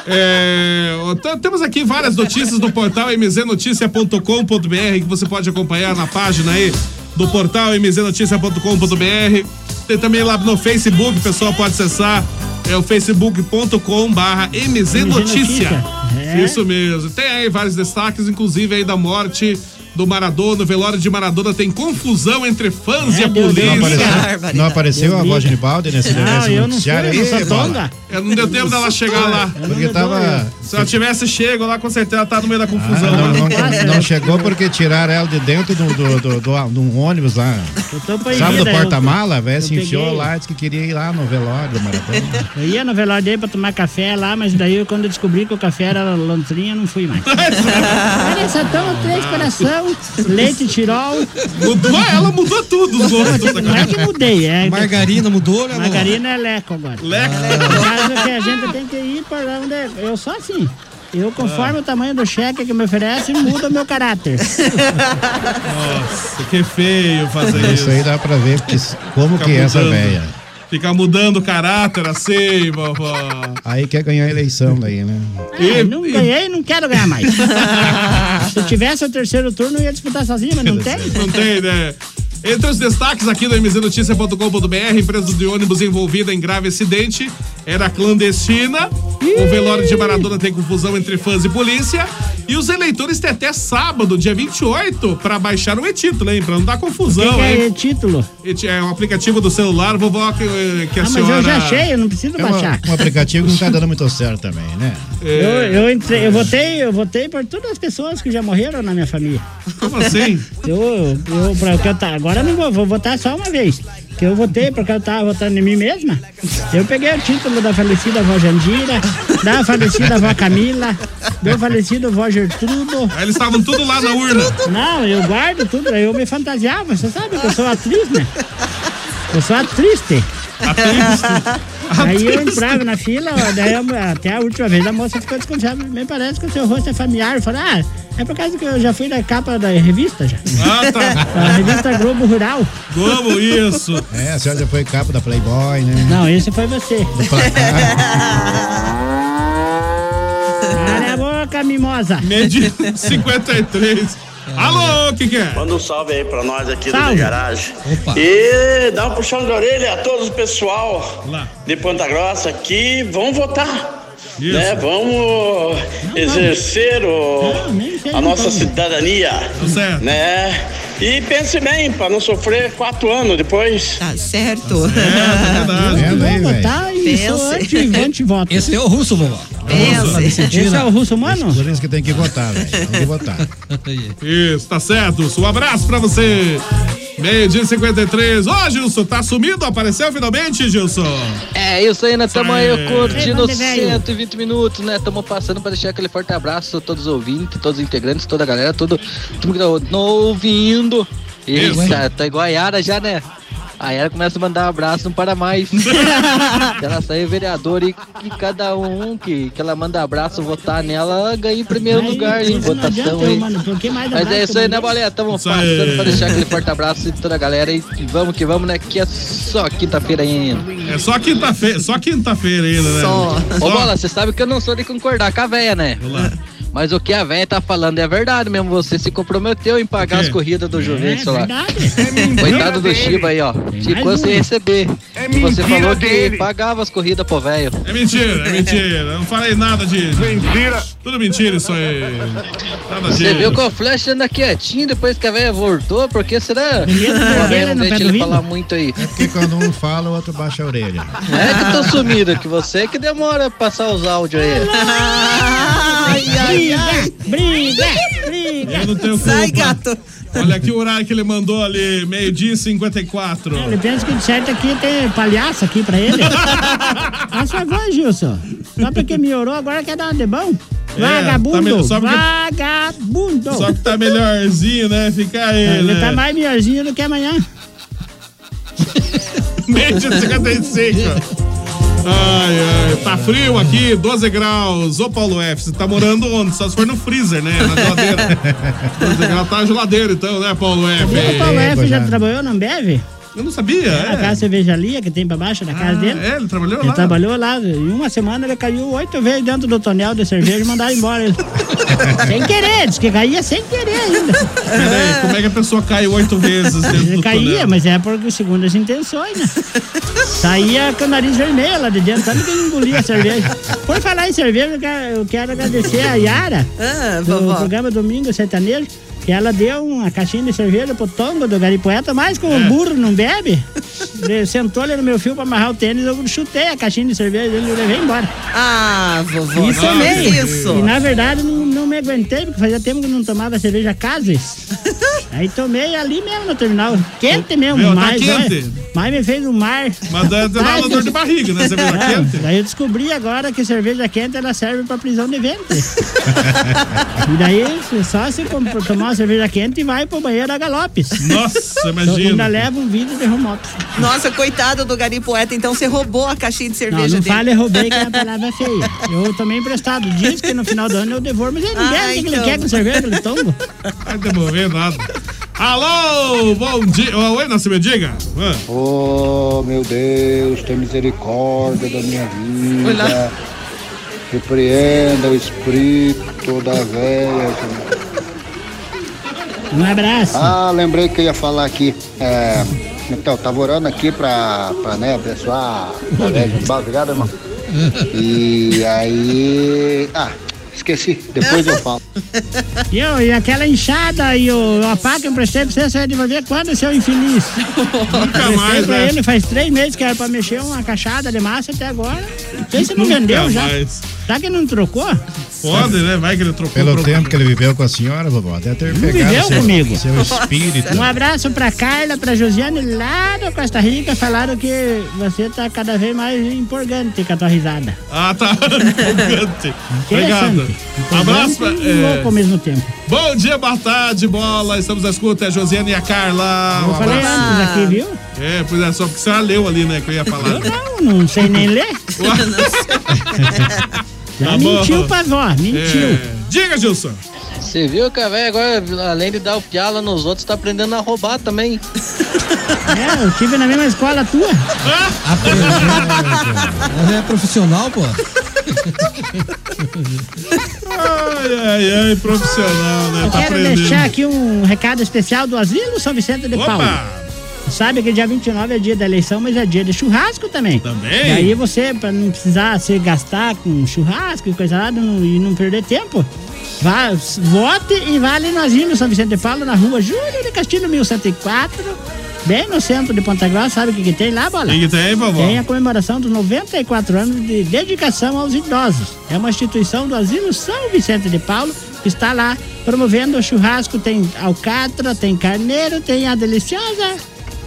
[SPEAKER 1] É, ó, t- temos aqui várias notícias do portal mznoticia.com.br que você pode acompanhar na página aí do portal mznoticia.com.br. Tem também lá no Facebook, o pessoal pode acessar é o facebook.com barra mznoticia.
[SPEAKER 11] É.
[SPEAKER 1] Isso mesmo. Tem aí vários destaques, inclusive aí da morte do Maradona. O velório de Maradona tem confusão entre fãs e a polícia.
[SPEAKER 10] Não apareceu, não apareceu a voz de Nibaldi nesse
[SPEAKER 1] Não,
[SPEAKER 10] nesse
[SPEAKER 1] Ah, eu não
[SPEAKER 10] noticiário
[SPEAKER 1] fui, eu sou
[SPEAKER 10] Bola?
[SPEAKER 1] tonga. Eu não deu tempo dela chegar lá.
[SPEAKER 10] Porque tava.
[SPEAKER 1] Se ela tivesse chego lá, com certeza ela tá no meio da
[SPEAKER 10] Ah,
[SPEAKER 1] confusão.
[SPEAKER 10] não,
[SPEAKER 1] lá.
[SPEAKER 10] não- não chegou porque tiraram ela de dentro de um do, do, do- de um ônibus lá. Sabe do
[SPEAKER 11] proibida, eu-
[SPEAKER 10] porta-mala? A véia se
[SPEAKER 11] eu
[SPEAKER 10] enfiou
[SPEAKER 11] peguei.
[SPEAKER 10] lá, disse que queria ir lá no velório do Maratona.
[SPEAKER 11] Eu ia no velório dele pra tomar café lá, mas daí eu, quando eu descobri que o café era londrinha, não fui mais. Olha, só toma três coração, leite tirol.
[SPEAKER 1] Mudou, ela mudou tudo os gostos.
[SPEAKER 11] Não é que mudei, é.
[SPEAKER 6] Margarina mudou, né? amor?
[SPEAKER 11] Margarina é leco agora.
[SPEAKER 1] Leco?
[SPEAKER 11] Mas o que a gente tem que ir para onde. Eu sou assim. Eu, conforme o tamanho do cheque que me oferece, muda o meu caráter.
[SPEAKER 1] Nossa, que feio fazer isso.
[SPEAKER 10] Isso aí dá pra ver que- como
[SPEAKER 1] Ficar
[SPEAKER 10] que é essa
[SPEAKER 1] mudando.
[SPEAKER 10] véia.
[SPEAKER 1] Ficar mudando o caráter assim, vovó.
[SPEAKER 10] Aí quer ganhar a eleição daí, né?
[SPEAKER 11] Ah, não ganhei, não quero ganhar mais. Se tivesse o terceiro turno, eu ia disputar sozinho, mas não tem.
[SPEAKER 1] Não tem, né? Entre os destaques aqui do mznoticia.com.br, empresa de ônibus envolvida em grave acidente era clandestina. O velório de Maradona tem confusão entre fãs e polícia. E os eleitores têm até sábado, dia 28, para baixar o e-título, hein? Pra não dar confusão,
[SPEAKER 11] O que que é
[SPEAKER 1] hein?
[SPEAKER 11] e-título?
[SPEAKER 1] É um aplicativo do celular, vovó, que, eh, que a
[SPEAKER 11] Ah, mas
[SPEAKER 1] senhora...
[SPEAKER 11] eu já achei, eu não preciso
[SPEAKER 10] É
[SPEAKER 11] baixar.
[SPEAKER 10] um, um aplicativo que não tá dando muito certo também, né?
[SPEAKER 1] É.
[SPEAKER 11] Eu, eu, entrei, eu, votei, eu votei por todas as pessoas que já morreram na minha família.
[SPEAKER 1] Como assim?
[SPEAKER 11] Eu, eu, pra, que eu tá, agora eu não vou, vou votar só uma vez. Que eu votei porque eu tava votando em mim mesma. Eu peguei o título da falecida avó Jandira, da falecida avó Camila, do falecido avó Gertrudo.
[SPEAKER 1] Aí eles estavam tudo lá na urna.
[SPEAKER 11] Não, eu guardo tudo, eu me fantasiava, você sabe que eu sou atriz, né? Eu sou atriz. Aí eu entrava na fila, ó, daí a- até a última vez a moça ficou desconfiada. Me parece que o seu rosto é familiar. Eu falei, ah, é por causa que eu já fui na capa da revista já.
[SPEAKER 1] Ah, tá.
[SPEAKER 11] A revista Globo Rural.
[SPEAKER 1] Globo, isso.
[SPEAKER 10] É, a senhora já foi capa da Playboy, né?
[SPEAKER 11] Não, esse foi você.
[SPEAKER 1] Ah.
[SPEAKER 11] Cala a boca, mimosa.
[SPEAKER 1] Meio de 53. Alô, o que que é?
[SPEAKER 7] Manda um salve aí pra nós aqui
[SPEAKER 1] Salve.
[SPEAKER 7] do The Garagem. E dá um puxão de orelha a todos o pessoal de Ponta Grossa que vão votar.
[SPEAKER 9] Isso.
[SPEAKER 7] Né? Vamos exercer o- a nossa cidadania.
[SPEAKER 1] Tá
[SPEAKER 7] Né? E pense bem, pra não sofrer quatro anos depois. Tá certo.
[SPEAKER 1] é
[SPEAKER 11] botar e sou anti- anti-voto.
[SPEAKER 6] Esse é o russo, vovó.
[SPEAKER 11] Esse é o russo humano?
[SPEAKER 10] Por isso que tem que votar, Ah, velho. Tem que votar.
[SPEAKER 1] Isso, tá certo. Um abraço pra você. Meio dia 53. Ô, Gilson, tá sumido? Apareceu finalmente, Gilson?
[SPEAKER 13] É isso aí, né? Tamo aí
[SPEAKER 1] Aê.
[SPEAKER 13] curtindo
[SPEAKER 1] Ei, velho.
[SPEAKER 13] 120 minutos, né? Tamo passando pra deixar aquele forte abraço a todos os ouvintes, todos os integrantes, toda a galera, todo mundo que tá ouvindo- ouvindo. Eita, tá igual a Yara já, né? A Yara começa a mandar um abraço, não para mais. ela saiu vereadora e que cada um que, que ela manda abraço votar nela ganha em primeiro lugar em
[SPEAKER 11] Não adianta,
[SPEAKER 13] votação, Então, hein?
[SPEAKER 11] mano, porque mais
[SPEAKER 13] Mas é isso aí, né,
[SPEAKER 11] Balé?
[SPEAKER 13] Bolé? Tamo
[SPEAKER 11] Isso
[SPEAKER 13] passando
[SPEAKER 11] aí.
[SPEAKER 13] pra deixar aquele forte abraço de toda a galera e vamos que vamos, né? Que é só quinta-feira ainda.
[SPEAKER 1] É só quinta-feira, só quinta-feira ainda, né?
[SPEAKER 13] Só.
[SPEAKER 1] Só.
[SPEAKER 13] Ô, Bola, você sabe que eu não sou de concordar com a véia, né? Mas o que a véia tá falando é verdade mesmo. Você se comprometeu em pagar as corridas do Juventus lá. Coitado do Chiba aí, ó. Ficou
[SPEAKER 1] mais
[SPEAKER 13] sem
[SPEAKER 1] uma.
[SPEAKER 13] receber.
[SPEAKER 1] É
[SPEAKER 13] E você
[SPEAKER 1] mentira
[SPEAKER 13] falou
[SPEAKER 1] dele.
[SPEAKER 13] que pagava as corridas pro velho.
[SPEAKER 1] É mentira, é mentira. Eu não falei nada de. Mentira! Tudo mentira isso aí. Nada
[SPEAKER 13] Você
[SPEAKER 1] disso.
[SPEAKER 13] viu que o Flash anda quietinho depois que a velha voltou? Por que será?
[SPEAKER 10] Menino
[SPEAKER 13] A
[SPEAKER 10] vermelho
[SPEAKER 13] véia
[SPEAKER 10] é no
[SPEAKER 13] não
[SPEAKER 10] pé
[SPEAKER 13] deixa
[SPEAKER 10] do
[SPEAKER 13] ele
[SPEAKER 10] vidro.
[SPEAKER 13] falar muito aí.
[SPEAKER 10] Porque quando um fala, o outro baixa a orelha.
[SPEAKER 13] Não é que eu tô sumido, que você que demora pra passar os áudios aí.
[SPEAKER 11] Ai, ai, ai. Briga, briga.
[SPEAKER 1] Eu não tenho
[SPEAKER 13] Sai,
[SPEAKER 1] culpa.
[SPEAKER 13] gato.
[SPEAKER 1] Olha aqui o horário que ele mandou ali, meio-dia e 54.
[SPEAKER 11] Ele pensa que de certo aqui tem palhaço aqui pra ele. Faz favor, Gilson. Só porque melhorou, agora quer dar uma de bom?
[SPEAKER 1] É,
[SPEAKER 11] Vagabundo!
[SPEAKER 1] tá melhor, só porque-
[SPEAKER 11] Vagabundo!
[SPEAKER 1] Só que tá melhorzinho, né? Fica aí,
[SPEAKER 11] É, Ele
[SPEAKER 1] né?
[SPEAKER 11] tá mais melhorzinho do que amanhã.
[SPEAKER 1] Meio de 55. Ai, ai, tá frio aqui, 12 graus. Ô, Paulo F, você tá morando onde? Só se for no freezer, né? Na geladeira. 12 graus tá na geladeira, então, né, Paulo F?
[SPEAKER 11] O Paulo F é? já trabalhou na Ambev?
[SPEAKER 1] Eu não sabia.
[SPEAKER 11] É,
[SPEAKER 1] é.
[SPEAKER 11] aquela cervejaria que tem pra baixo da casa dele.
[SPEAKER 1] É, ele trabalhou
[SPEAKER 11] Ele
[SPEAKER 1] lá.
[SPEAKER 11] trabalhou lá. Em uma semana ele caiu oito vezes dentro do tonel de cerveja e mandaram embora ele. sem querer, disse que caía sem querer ainda.
[SPEAKER 1] Peraí, como é que a pessoa cai oito vezes dentro do
[SPEAKER 11] Caía,
[SPEAKER 1] túnel?
[SPEAKER 11] mas é porque segundo as intenções, né? Saía com o nariz vermelho lá de dentro, sabe que ele engolia a cerveja. Por falar em cerveja, eu quero, eu quero agradecer a Yara,
[SPEAKER 5] Ah,
[SPEAKER 11] do programa Domingo Sertanejo, que ela deu uma caixinha de cerveja pro tombo do garipoeta, mas como o burro não bebe, ele sentou ali no meu fio pra amarrar o tênis, eu chutei a caixinha de cerveja dele e levei embora.
[SPEAKER 5] Ah, vovó.
[SPEAKER 11] Isso é
[SPEAKER 5] não
[SPEAKER 11] mesmo.
[SPEAKER 5] fez Isso.
[SPEAKER 11] E na verdade não, não me aguentei, porque fazia tempo que eu não tomava cerveja Cases. Aí tomei ali mesmo no terminal. Quente mesmo,
[SPEAKER 1] Meu, tá
[SPEAKER 11] mas,
[SPEAKER 1] quente.
[SPEAKER 11] olha, mas me fez um mar. É,
[SPEAKER 1] Mas dá- dá uma dor de barriga, né, cerveja quente?
[SPEAKER 11] Daí eu descobri agora que cerveja quente ela serve pra prisão de ventre. e daí só se com- tomar uma cerveja quente e vai pro banheiro da Galopes.
[SPEAKER 1] Nossa, imagina.
[SPEAKER 11] Ainda leva um vídeo de home office.
[SPEAKER 5] Nossa, coitado do garipoeta, então você roubou a caixinha de
[SPEAKER 11] Não,
[SPEAKER 5] cerveja
[SPEAKER 11] não
[SPEAKER 5] dele.
[SPEAKER 11] fale roubei que é uma palavra feia. Eu tomei emprestado. Diz que no final do ano eu devolvo, mas ele não
[SPEAKER 5] Ah,
[SPEAKER 11] deve, o que ele
[SPEAKER 5] então.
[SPEAKER 11] quer com cerveja, ele tomba.
[SPEAKER 1] Vai demorar nada. Alô, bom dia. Ô, Oi, Nascimento, diga.
[SPEAKER 9] Oh, meu Deus, tem misericórdia da minha vida.
[SPEAKER 1] Olá.
[SPEAKER 9] Repreenda o espírito da velha.
[SPEAKER 11] Um abraço.
[SPEAKER 9] Ah, lembrei que eu ia falar aqui. É, então, tava orando aqui pra, pra né, abençoar a velha. Obrigado, irmão. E aí. Ah, esqueci. Depois eu falo.
[SPEAKER 11] E, eu, e aquela enxada e o, a pá que eu emprestei pra você, você vai devolver quando, seu infeliz? Nunca
[SPEAKER 1] mais,
[SPEAKER 11] pra
[SPEAKER 1] né?
[SPEAKER 11] ele faz três meses que era pra mexer uma caixada de massa até agora. Não sei se não
[SPEAKER 1] Nunca
[SPEAKER 11] vendeu já.
[SPEAKER 1] mais.
[SPEAKER 11] Será que não trocou?
[SPEAKER 1] Pode, né? Vai que ele trocou.
[SPEAKER 10] Pelo
[SPEAKER 1] trocou.
[SPEAKER 10] tempo que ele viveu com a senhora, vovó, até ter pegado
[SPEAKER 11] viveu
[SPEAKER 10] seu,
[SPEAKER 11] comigo.
[SPEAKER 10] seu espírito.
[SPEAKER 11] Um abraço pra Carla, pra Josiane lá da Costa Rica. Falaram que você tá cada vez mais empolgante com a tua risada.
[SPEAKER 1] Ah, tá. Empolgante. Obrigado. Abraço. pra-
[SPEAKER 11] Empolgante e
[SPEAKER 1] é,
[SPEAKER 11] louco ao mesmo tempo.
[SPEAKER 1] Bom dia, boa tarde, bola. Estamos na escuta, é a Josiane e a Carla.
[SPEAKER 11] Eu
[SPEAKER 1] Um
[SPEAKER 11] falei
[SPEAKER 1] abraço.
[SPEAKER 11] antes aqui, viu?
[SPEAKER 1] É, pois é, só porque você leu ali, né, que eu ia falar.
[SPEAKER 11] Não, não sei nem ler. Já
[SPEAKER 1] Tá bom.
[SPEAKER 11] mentiu pra vó, mentiu.
[SPEAKER 1] É. Diga, Gilson.
[SPEAKER 13] Você viu que a velha agora, além de dar o piala nos outros, tá aprendendo a roubar também.
[SPEAKER 11] É, eu estive na mesma escola tua.
[SPEAKER 6] Ela é profissional, pô.
[SPEAKER 1] Ai, ai, ai, profissional, né?
[SPEAKER 11] Eu
[SPEAKER 1] tá
[SPEAKER 11] quero
[SPEAKER 1] aprendendo.
[SPEAKER 11] deixar aqui um recado especial do Asilo São Vicente de
[SPEAKER 1] Opa!
[SPEAKER 11] Paulo. Sabe que dia 29 é dia da eleição, mas é dia de churrasco também.
[SPEAKER 1] Também.
[SPEAKER 11] Daí você, pra não precisar se gastar com churrasco e coisa lá não- e não perder tempo, vá, s- vote e vá ali no Asilo São Vicente de Paulo, na rua Júlio de Castilho 1104, bem no centro de Ponta Grossa. Sabe o que, que tem lá, Bola?
[SPEAKER 1] O que que tem, vovó?
[SPEAKER 11] Tem a comemoração dos 94 anos de dedicação aos idosos. É uma instituição do Asilo São Vicente de Paulo que está lá promovendo o churrasco. Tem alcatra, tem carneiro, tem a deliciosa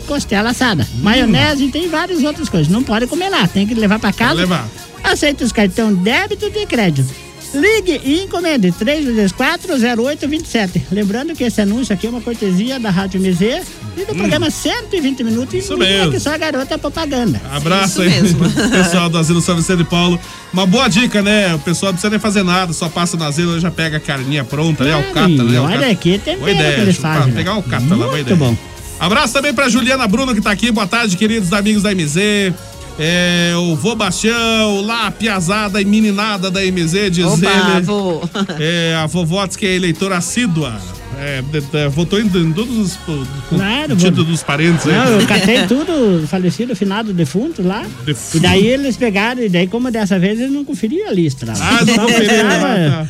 [SPEAKER 11] costela assada,
[SPEAKER 1] Hum.
[SPEAKER 11] maionese e tem várias outras coisas. Não pode comer lá, tem que levar para casa.
[SPEAKER 1] levar.
[SPEAKER 11] Aceita os cartão débito e crédito. Ligue e encomende 324-0827. Lembrando que esse anúncio aqui é uma cortesia da Rádio MZ e do programa 120 Minutos. E
[SPEAKER 1] Hum. Isso
[SPEAKER 11] não é
[SPEAKER 1] mesmo.
[SPEAKER 11] que só a garota propaganda.
[SPEAKER 1] Abraço aí, pessoal do Asilo São Vicente de Paulo. Uma boa dica, né? O pessoal não precisa nem fazer nada, só passa no asilo e já pega a carninha pronta, né? Alcatra,
[SPEAKER 11] olha
[SPEAKER 1] né? Alcatra.
[SPEAKER 11] aqui, é tem
[SPEAKER 1] Boa
[SPEAKER 11] medo
[SPEAKER 1] ideia,
[SPEAKER 11] que eles
[SPEAKER 1] chupa,
[SPEAKER 11] fazem, né?
[SPEAKER 1] pegar o alcatra lá, boa
[SPEAKER 11] Muito
[SPEAKER 1] ideia.
[SPEAKER 11] bom.
[SPEAKER 1] Abraço também pra Juliana Bruno que tá aqui. Boa tarde, queridos amigos da MZ. É, o Vô Baixão, lá a piazada e meninada da MZ, diz
[SPEAKER 5] Oba,
[SPEAKER 1] ele.
[SPEAKER 5] vô.
[SPEAKER 1] É, a vovó diz que é eleitora assídua. É, de- de- votou em, em todos os com
[SPEAKER 11] Claro,
[SPEAKER 1] título
[SPEAKER 11] vô.
[SPEAKER 1] dos parentes. né? aí.
[SPEAKER 11] Não, eu catei tudo, falecido, finado, defunto lá.
[SPEAKER 1] Defunto.
[SPEAKER 11] E daí eles pegaram, e daí como dessa vez eles não conferiram a lista. lá.
[SPEAKER 1] Ah, não
[SPEAKER 11] Só
[SPEAKER 1] conferiram,
[SPEAKER 11] pegava
[SPEAKER 1] ah, tá.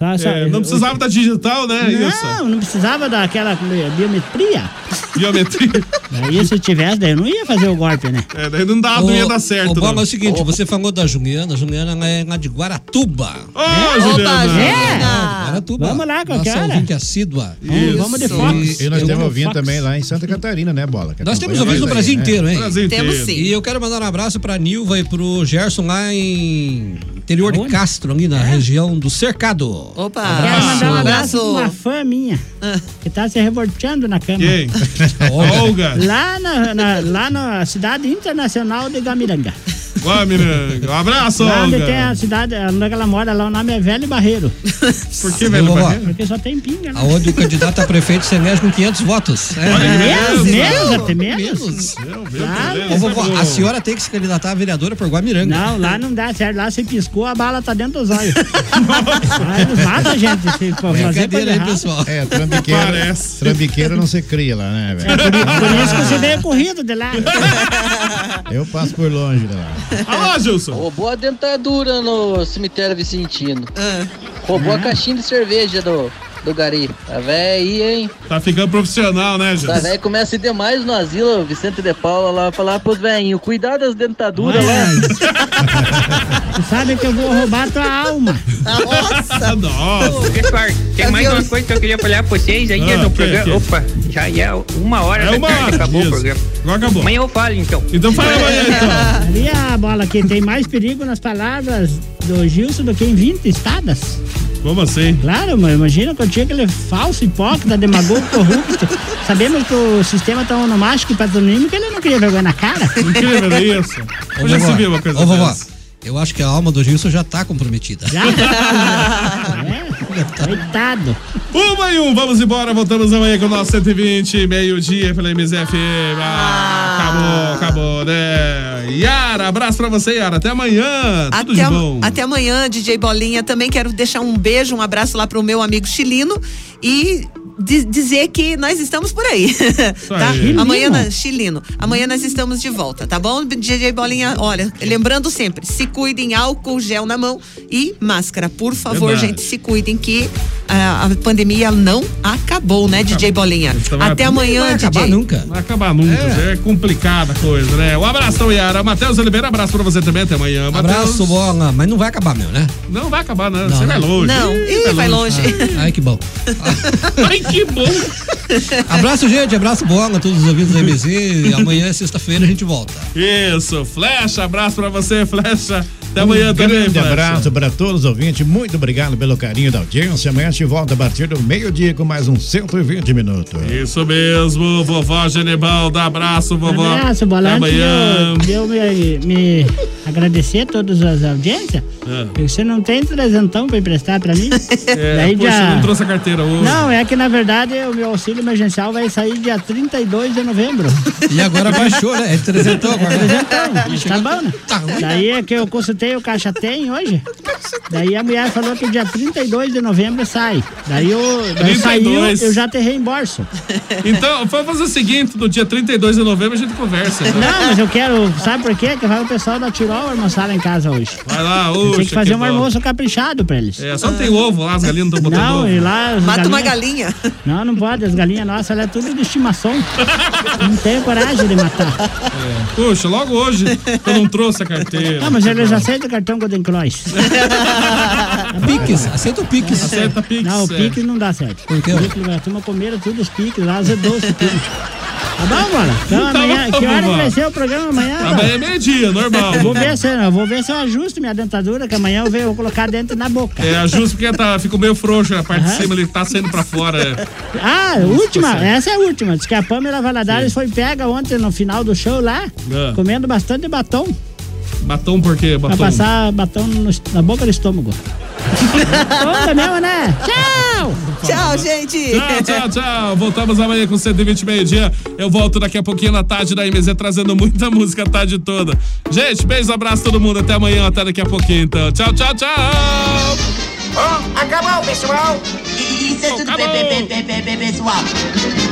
[SPEAKER 11] Só- só-
[SPEAKER 1] É, não precisava da digital, né, Ilsa?
[SPEAKER 11] Não, não precisava daquela bi- biometria.
[SPEAKER 1] Biometria?
[SPEAKER 11] Daí se tivesse, daí eu não ia fazer o golpe, né?
[SPEAKER 1] É, daí não
[SPEAKER 11] dá,
[SPEAKER 6] Ô, ô, Bola, é o seguinte, você falou da Juliana, a Juliana ela é lá de Guaratuba.
[SPEAKER 1] Ô,
[SPEAKER 11] É? Opa, Juliana! Juliana!
[SPEAKER 6] É, Guaratuba.
[SPEAKER 11] Vamos lá, qualquer
[SPEAKER 6] Nossa
[SPEAKER 11] hora.
[SPEAKER 6] ouvinte assídua.
[SPEAKER 11] Vamos- vamos de
[SPEAKER 6] Isso.
[SPEAKER 11] Fox.
[SPEAKER 10] E, e nós
[SPEAKER 6] Eu
[SPEAKER 10] temos
[SPEAKER 6] vou
[SPEAKER 10] ouvindo
[SPEAKER 6] Fox.
[SPEAKER 10] também lá em Santa Catarina, né, Bola? Que
[SPEAKER 6] Nós
[SPEAKER 10] acompanha
[SPEAKER 6] temos ouvido no
[SPEAKER 10] aí,
[SPEAKER 6] Brasil
[SPEAKER 10] né?
[SPEAKER 6] inteiro, hein?
[SPEAKER 10] Brasil inteiro.
[SPEAKER 6] E eu quero mandar um abraço pra Nilva e pro Gerson lá em interior de Castro, ali na região do Cercado. Opa!
[SPEAKER 11] É? Quero mandar um abraço pra uma
[SPEAKER 6] abraço.
[SPEAKER 11] fã minha que tá se revoltando na cama.
[SPEAKER 6] Quem? Olga. Olga.
[SPEAKER 11] Lá na, na- lá na cidade internacional de Gamiranga.
[SPEAKER 1] Ó, Miranga, um abraço,
[SPEAKER 11] lá onde tem
[SPEAKER 1] Olga.
[SPEAKER 11] a cidade, onde ela mora, lá o nome é Velho Barreiro.
[SPEAKER 6] Por que, velho? Barreiro?
[SPEAKER 11] Porque só tem pinga, né?
[SPEAKER 6] Aonde o candidato a prefeito se elege com 500 votos. É.
[SPEAKER 11] menos,
[SPEAKER 1] Ah,
[SPEAKER 11] menos, até menos.
[SPEAKER 6] Ô,
[SPEAKER 11] é
[SPEAKER 6] vovó, a senhora é tem que se candidatar a vereadora por Guamiranga.
[SPEAKER 11] Não, lá não dá certo. Lá se piscou, a bala tá dentro dos olhos. Lá eles matam a É, gente. Se for fazer coisa errada.
[SPEAKER 10] É, trambiqueira.
[SPEAKER 1] Parece.
[SPEAKER 10] Trambiqueira não se cria lá, né, velho?
[SPEAKER 11] É Por isso que você veio corrido de lá.
[SPEAKER 10] Eu passo por longe de lá.
[SPEAKER 1] Alô, Gilson.
[SPEAKER 13] Roubou a dentadura no cemitério Vicentino.
[SPEAKER 1] Ah.
[SPEAKER 13] Roubou
[SPEAKER 1] Hum.
[SPEAKER 13] a caixinha de cerveja do, do Gari. Tá véia aí, hein?
[SPEAKER 1] Tá ficando profissional, né,
[SPEAKER 13] Tá
[SPEAKER 1] Gilson?
[SPEAKER 13] velho começa a ir demais no asilo, Vicente de Paula lá, falar pros velhinhos, cuidado das dentaduras lá.
[SPEAKER 11] Tu sabe que eu vou roubar tua alma.
[SPEAKER 3] Ah, Nossa!
[SPEAKER 11] Nossa.
[SPEAKER 3] Pessoal, tem mais uma coisa que eu queria falar pra vocês aí é
[SPEAKER 11] Ah,
[SPEAKER 3] no
[SPEAKER 11] o quê,
[SPEAKER 3] programa.
[SPEAKER 11] o quê?
[SPEAKER 3] Opa, já é uma hora
[SPEAKER 11] É
[SPEAKER 3] da
[SPEAKER 11] uma
[SPEAKER 3] tarde,
[SPEAKER 11] hora,
[SPEAKER 3] acabou
[SPEAKER 11] isso.
[SPEAKER 3] o programa.
[SPEAKER 1] Agora acabou.
[SPEAKER 3] Amanhã eu falo então.
[SPEAKER 1] Então fala amanhã, então.
[SPEAKER 11] Ali é a bola que tem mais perigo nas palavras do Gilson do que em 20 estadas.
[SPEAKER 1] Como assim?
[SPEAKER 11] Claro, mano. Imagina quando tinha aquele falso hipócrita, demagogo, corrupto. Sabemos que o sistema tão onomástico e patronímico ele não queria vergonha na cara.
[SPEAKER 1] Incrível é isso.
[SPEAKER 6] Ô,
[SPEAKER 1] Eu já
[SPEAKER 6] vovó,
[SPEAKER 1] se viu uma coisa
[SPEAKER 6] ô, vovó,
[SPEAKER 1] dessa.
[SPEAKER 6] eu acho que a alma do Gilson já tá comprometida.
[SPEAKER 11] Já? é, coitado.
[SPEAKER 1] Uma e um, vamos embora. Voltamos amanhã com o nosso 120, meio-dia pela MZFM. Ah, acabou, acabou, né? Yara, abraço pra você, Yara. Até amanhã. Tá
[SPEAKER 5] Até,
[SPEAKER 1] Tudo de
[SPEAKER 5] a-
[SPEAKER 1] bom.
[SPEAKER 5] até amanhã, DJ Bolinha. Também quero deixar um beijo, um abraço lá pro meu amigo chileno e di- dizer que nós estamos por aí. tá?
[SPEAKER 12] aí.
[SPEAKER 5] Amanhã,
[SPEAKER 12] Chileno?
[SPEAKER 5] na- chileno. Amanhã nós estamos de volta, tá bom? DJ Bolinha, olha, lembrando sempre, se cuidem, álcool, gel na mão e máscara. Por favor,
[SPEAKER 12] Verdade.
[SPEAKER 5] gente, se cuidem que ah, a pandemia não acabou, né, DJ Bolinha?
[SPEAKER 1] Então,
[SPEAKER 5] Até
[SPEAKER 1] vai-
[SPEAKER 5] amanhã,
[SPEAKER 1] não vai
[SPEAKER 5] DJ.
[SPEAKER 1] acabar nunca. Não vai acabar nunca. É, complicada a coisa, né? Um abração, Yara. Matheus Oliveira, abraço pra você também. Até amanhã.
[SPEAKER 6] Abraço,
[SPEAKER 1] Matheus.
[SPEAKER 6] bola. ah, Mas não vai acabar, meu, né?
[SPEAKER 1] Não vai acabar, não.
[SPEAKER 6] Não,
[SPEAKER 1] Você vai
[SPEAKER 6] né?
[SPEAKER 1] longe.
[SPEAKER 6] Não. Ih,
[SPEAKER 1] tá
[SPEAKER 6] vai longe. Ai, que bom.
[SPEAKER 1] Ai, que bom.
[SPEAKER 6] Abraço, gente. Abraço, bola. Todos os ouvintes da MZ. Amanhã, sexta-feira, a gente volta.
[SPEAKER 1] Isso, Flecha, abraço pra você, Flecha. Até
[SPEAKER 10] um
[SPEAKER 1] amanhã também,
[SPEAKER 10] grande
[SPEAKER 1] Flecha.
[SPEAKER 10] abraço para todos os ouvintes. Muito obrigado pelo carinho da audiência. Amanhã a gente volta a partir do meio-dia com mais um 120 minutos.
[SPEAKER 1] Isso mesmo, vovó Genebal, dá abraço, vovó.
[SPEAKER 11] Abraço, bola.
[SPEAKER 1] Até
[SPEAKER 11] Antes de
[SPEAKER 1] amanhã.
[SPEAKER 11] eu- de eu me, me agradecer a todas as audiências,
[SPEAKER 1] É.
[SPEAKER 11] você não tem trezentão pra emprestar pra mim?
[SPEAKER 1] É,
[SPEAKER 11] Daí
[SPEAKER 1] poxa,
[SPEAKER 11] já-
[SPEAKER 1] não trouxe a carteira hoje.
[SPEAKER 11] Não, é que na verdade o meu auxílio emergencial vai sair dia 32 de novembro.
[SPEAKER 6] E agora baixou, né? É trezentão agora, né?
[SPEAKER 11] Trezentão, tá bom, né? Daí é que eu consultei o Caixa Tem hoje. Daí a mulher falou que dia 32 de novembro sai. Daí eu, daí
[SPEAKER 1] 32.
[SPEAKER 11] saiu, eu já te reembolso.
[SPEAKER 1] Então, vamos fazer o seguinte: no dia 32 de novembro a gente conversa. né?
[SPEAKER 11] Não, mas eu quero, sabe por quê? Que vai o pessoal da Tirol almoçar lá em casa hoje.
[SPEAKER 1] Vai lá,
[SPEAKER 11] Eu
[SPEAKER 1] hoje.
[SPEAKER 11] tinha que fazer um almoço caprichado pra eles.
[SPEAKER 1] É, só não tem ovo lá, as galinhas não estão botando
[SPEAKER 11] Não,
[SPEAKER 1] ovo.
[SPEAKER 11] e lá. as
[SPEAKER 5] Mata uma
[SPEAKER 11] galinhas- Não, não pode. As galinhas nossas, elas é tudo de estimação. não tenho coragem de matar.
[SPEAKER 1] É. Puxa, logo hoje eu não trouxe a carteira.
[SPEAKER 11] Não, mas eles aceitam o cartão Golden Cross.
[SPEAKER 6] É
[SPEAKER 1] Ah,
[SPEAKER 6] Pix, aceita o Pix.
[SPEAKER 1] Aceita Pix.
[SPEAKER 11] Não, o
[SPEAKER 1] é.
[SPEAKER 11] Pix não dá certo.
[SPEAKER 6] Por quê?
[SPEAKER 11] A turma comeram tudo os Pix lá, azedou-se tudo. Tá bom, mano? Então
[SPEAKER 1] Tá
[SPEAKER 11] amanhã,
[SPEAKER 1] bom,
[SPEAKER 11] que hora que
[SPEAKER 1] vó.
[SPEAKER 11] vai ser o programa amanhã?
[SPEAKER 1] Amanhã é
[SPEAKER 11] vó?
[SPEAKER 1] meio-dia, normal.
[SPEAKER 11] Vou ver se, eu vou ver se eu ajusto minha dentadura, que amanhã eu venho- vou colocar dentro na boca.
[SPEAKER 1] É, ajusta porque tá, ficou meio frouxo a parte de cima, ele tá saindo pra fora. é.
[SPEAKER 11] Ah, última, essa é a última. Diz que a Pamela Valadares foi pega ontem no final do show lá,
[SPEAKER 1] É.
[SPEAKER 11] comendo bastante batom,
[SPEAKER 1] Batom por quê?
[SPEAKER 11] pra
[SPEAKER 1] Batom.
[SPEAKER 11] passar batom no est- na boca do estômago. Onda mesmo, né? Tchau!
[SPEAKER 5] Tchau, gente!
[SPEAKER 1] Tchau, tchau, tchau. Voltamos amanhã com 120 meio-dia. Eu volto daqui a pouquinho na tarde da MZ trazendo muita música a tarde toda. Gente, beijo, abraço todo mundo. Até amanhã, até daqui a pouquinho então. Tchau, tchau, tchau.
[SPEAKER 2] acabou, pessoal! Isso é tudo, pe- pe- pe- pe- pe- pessoal!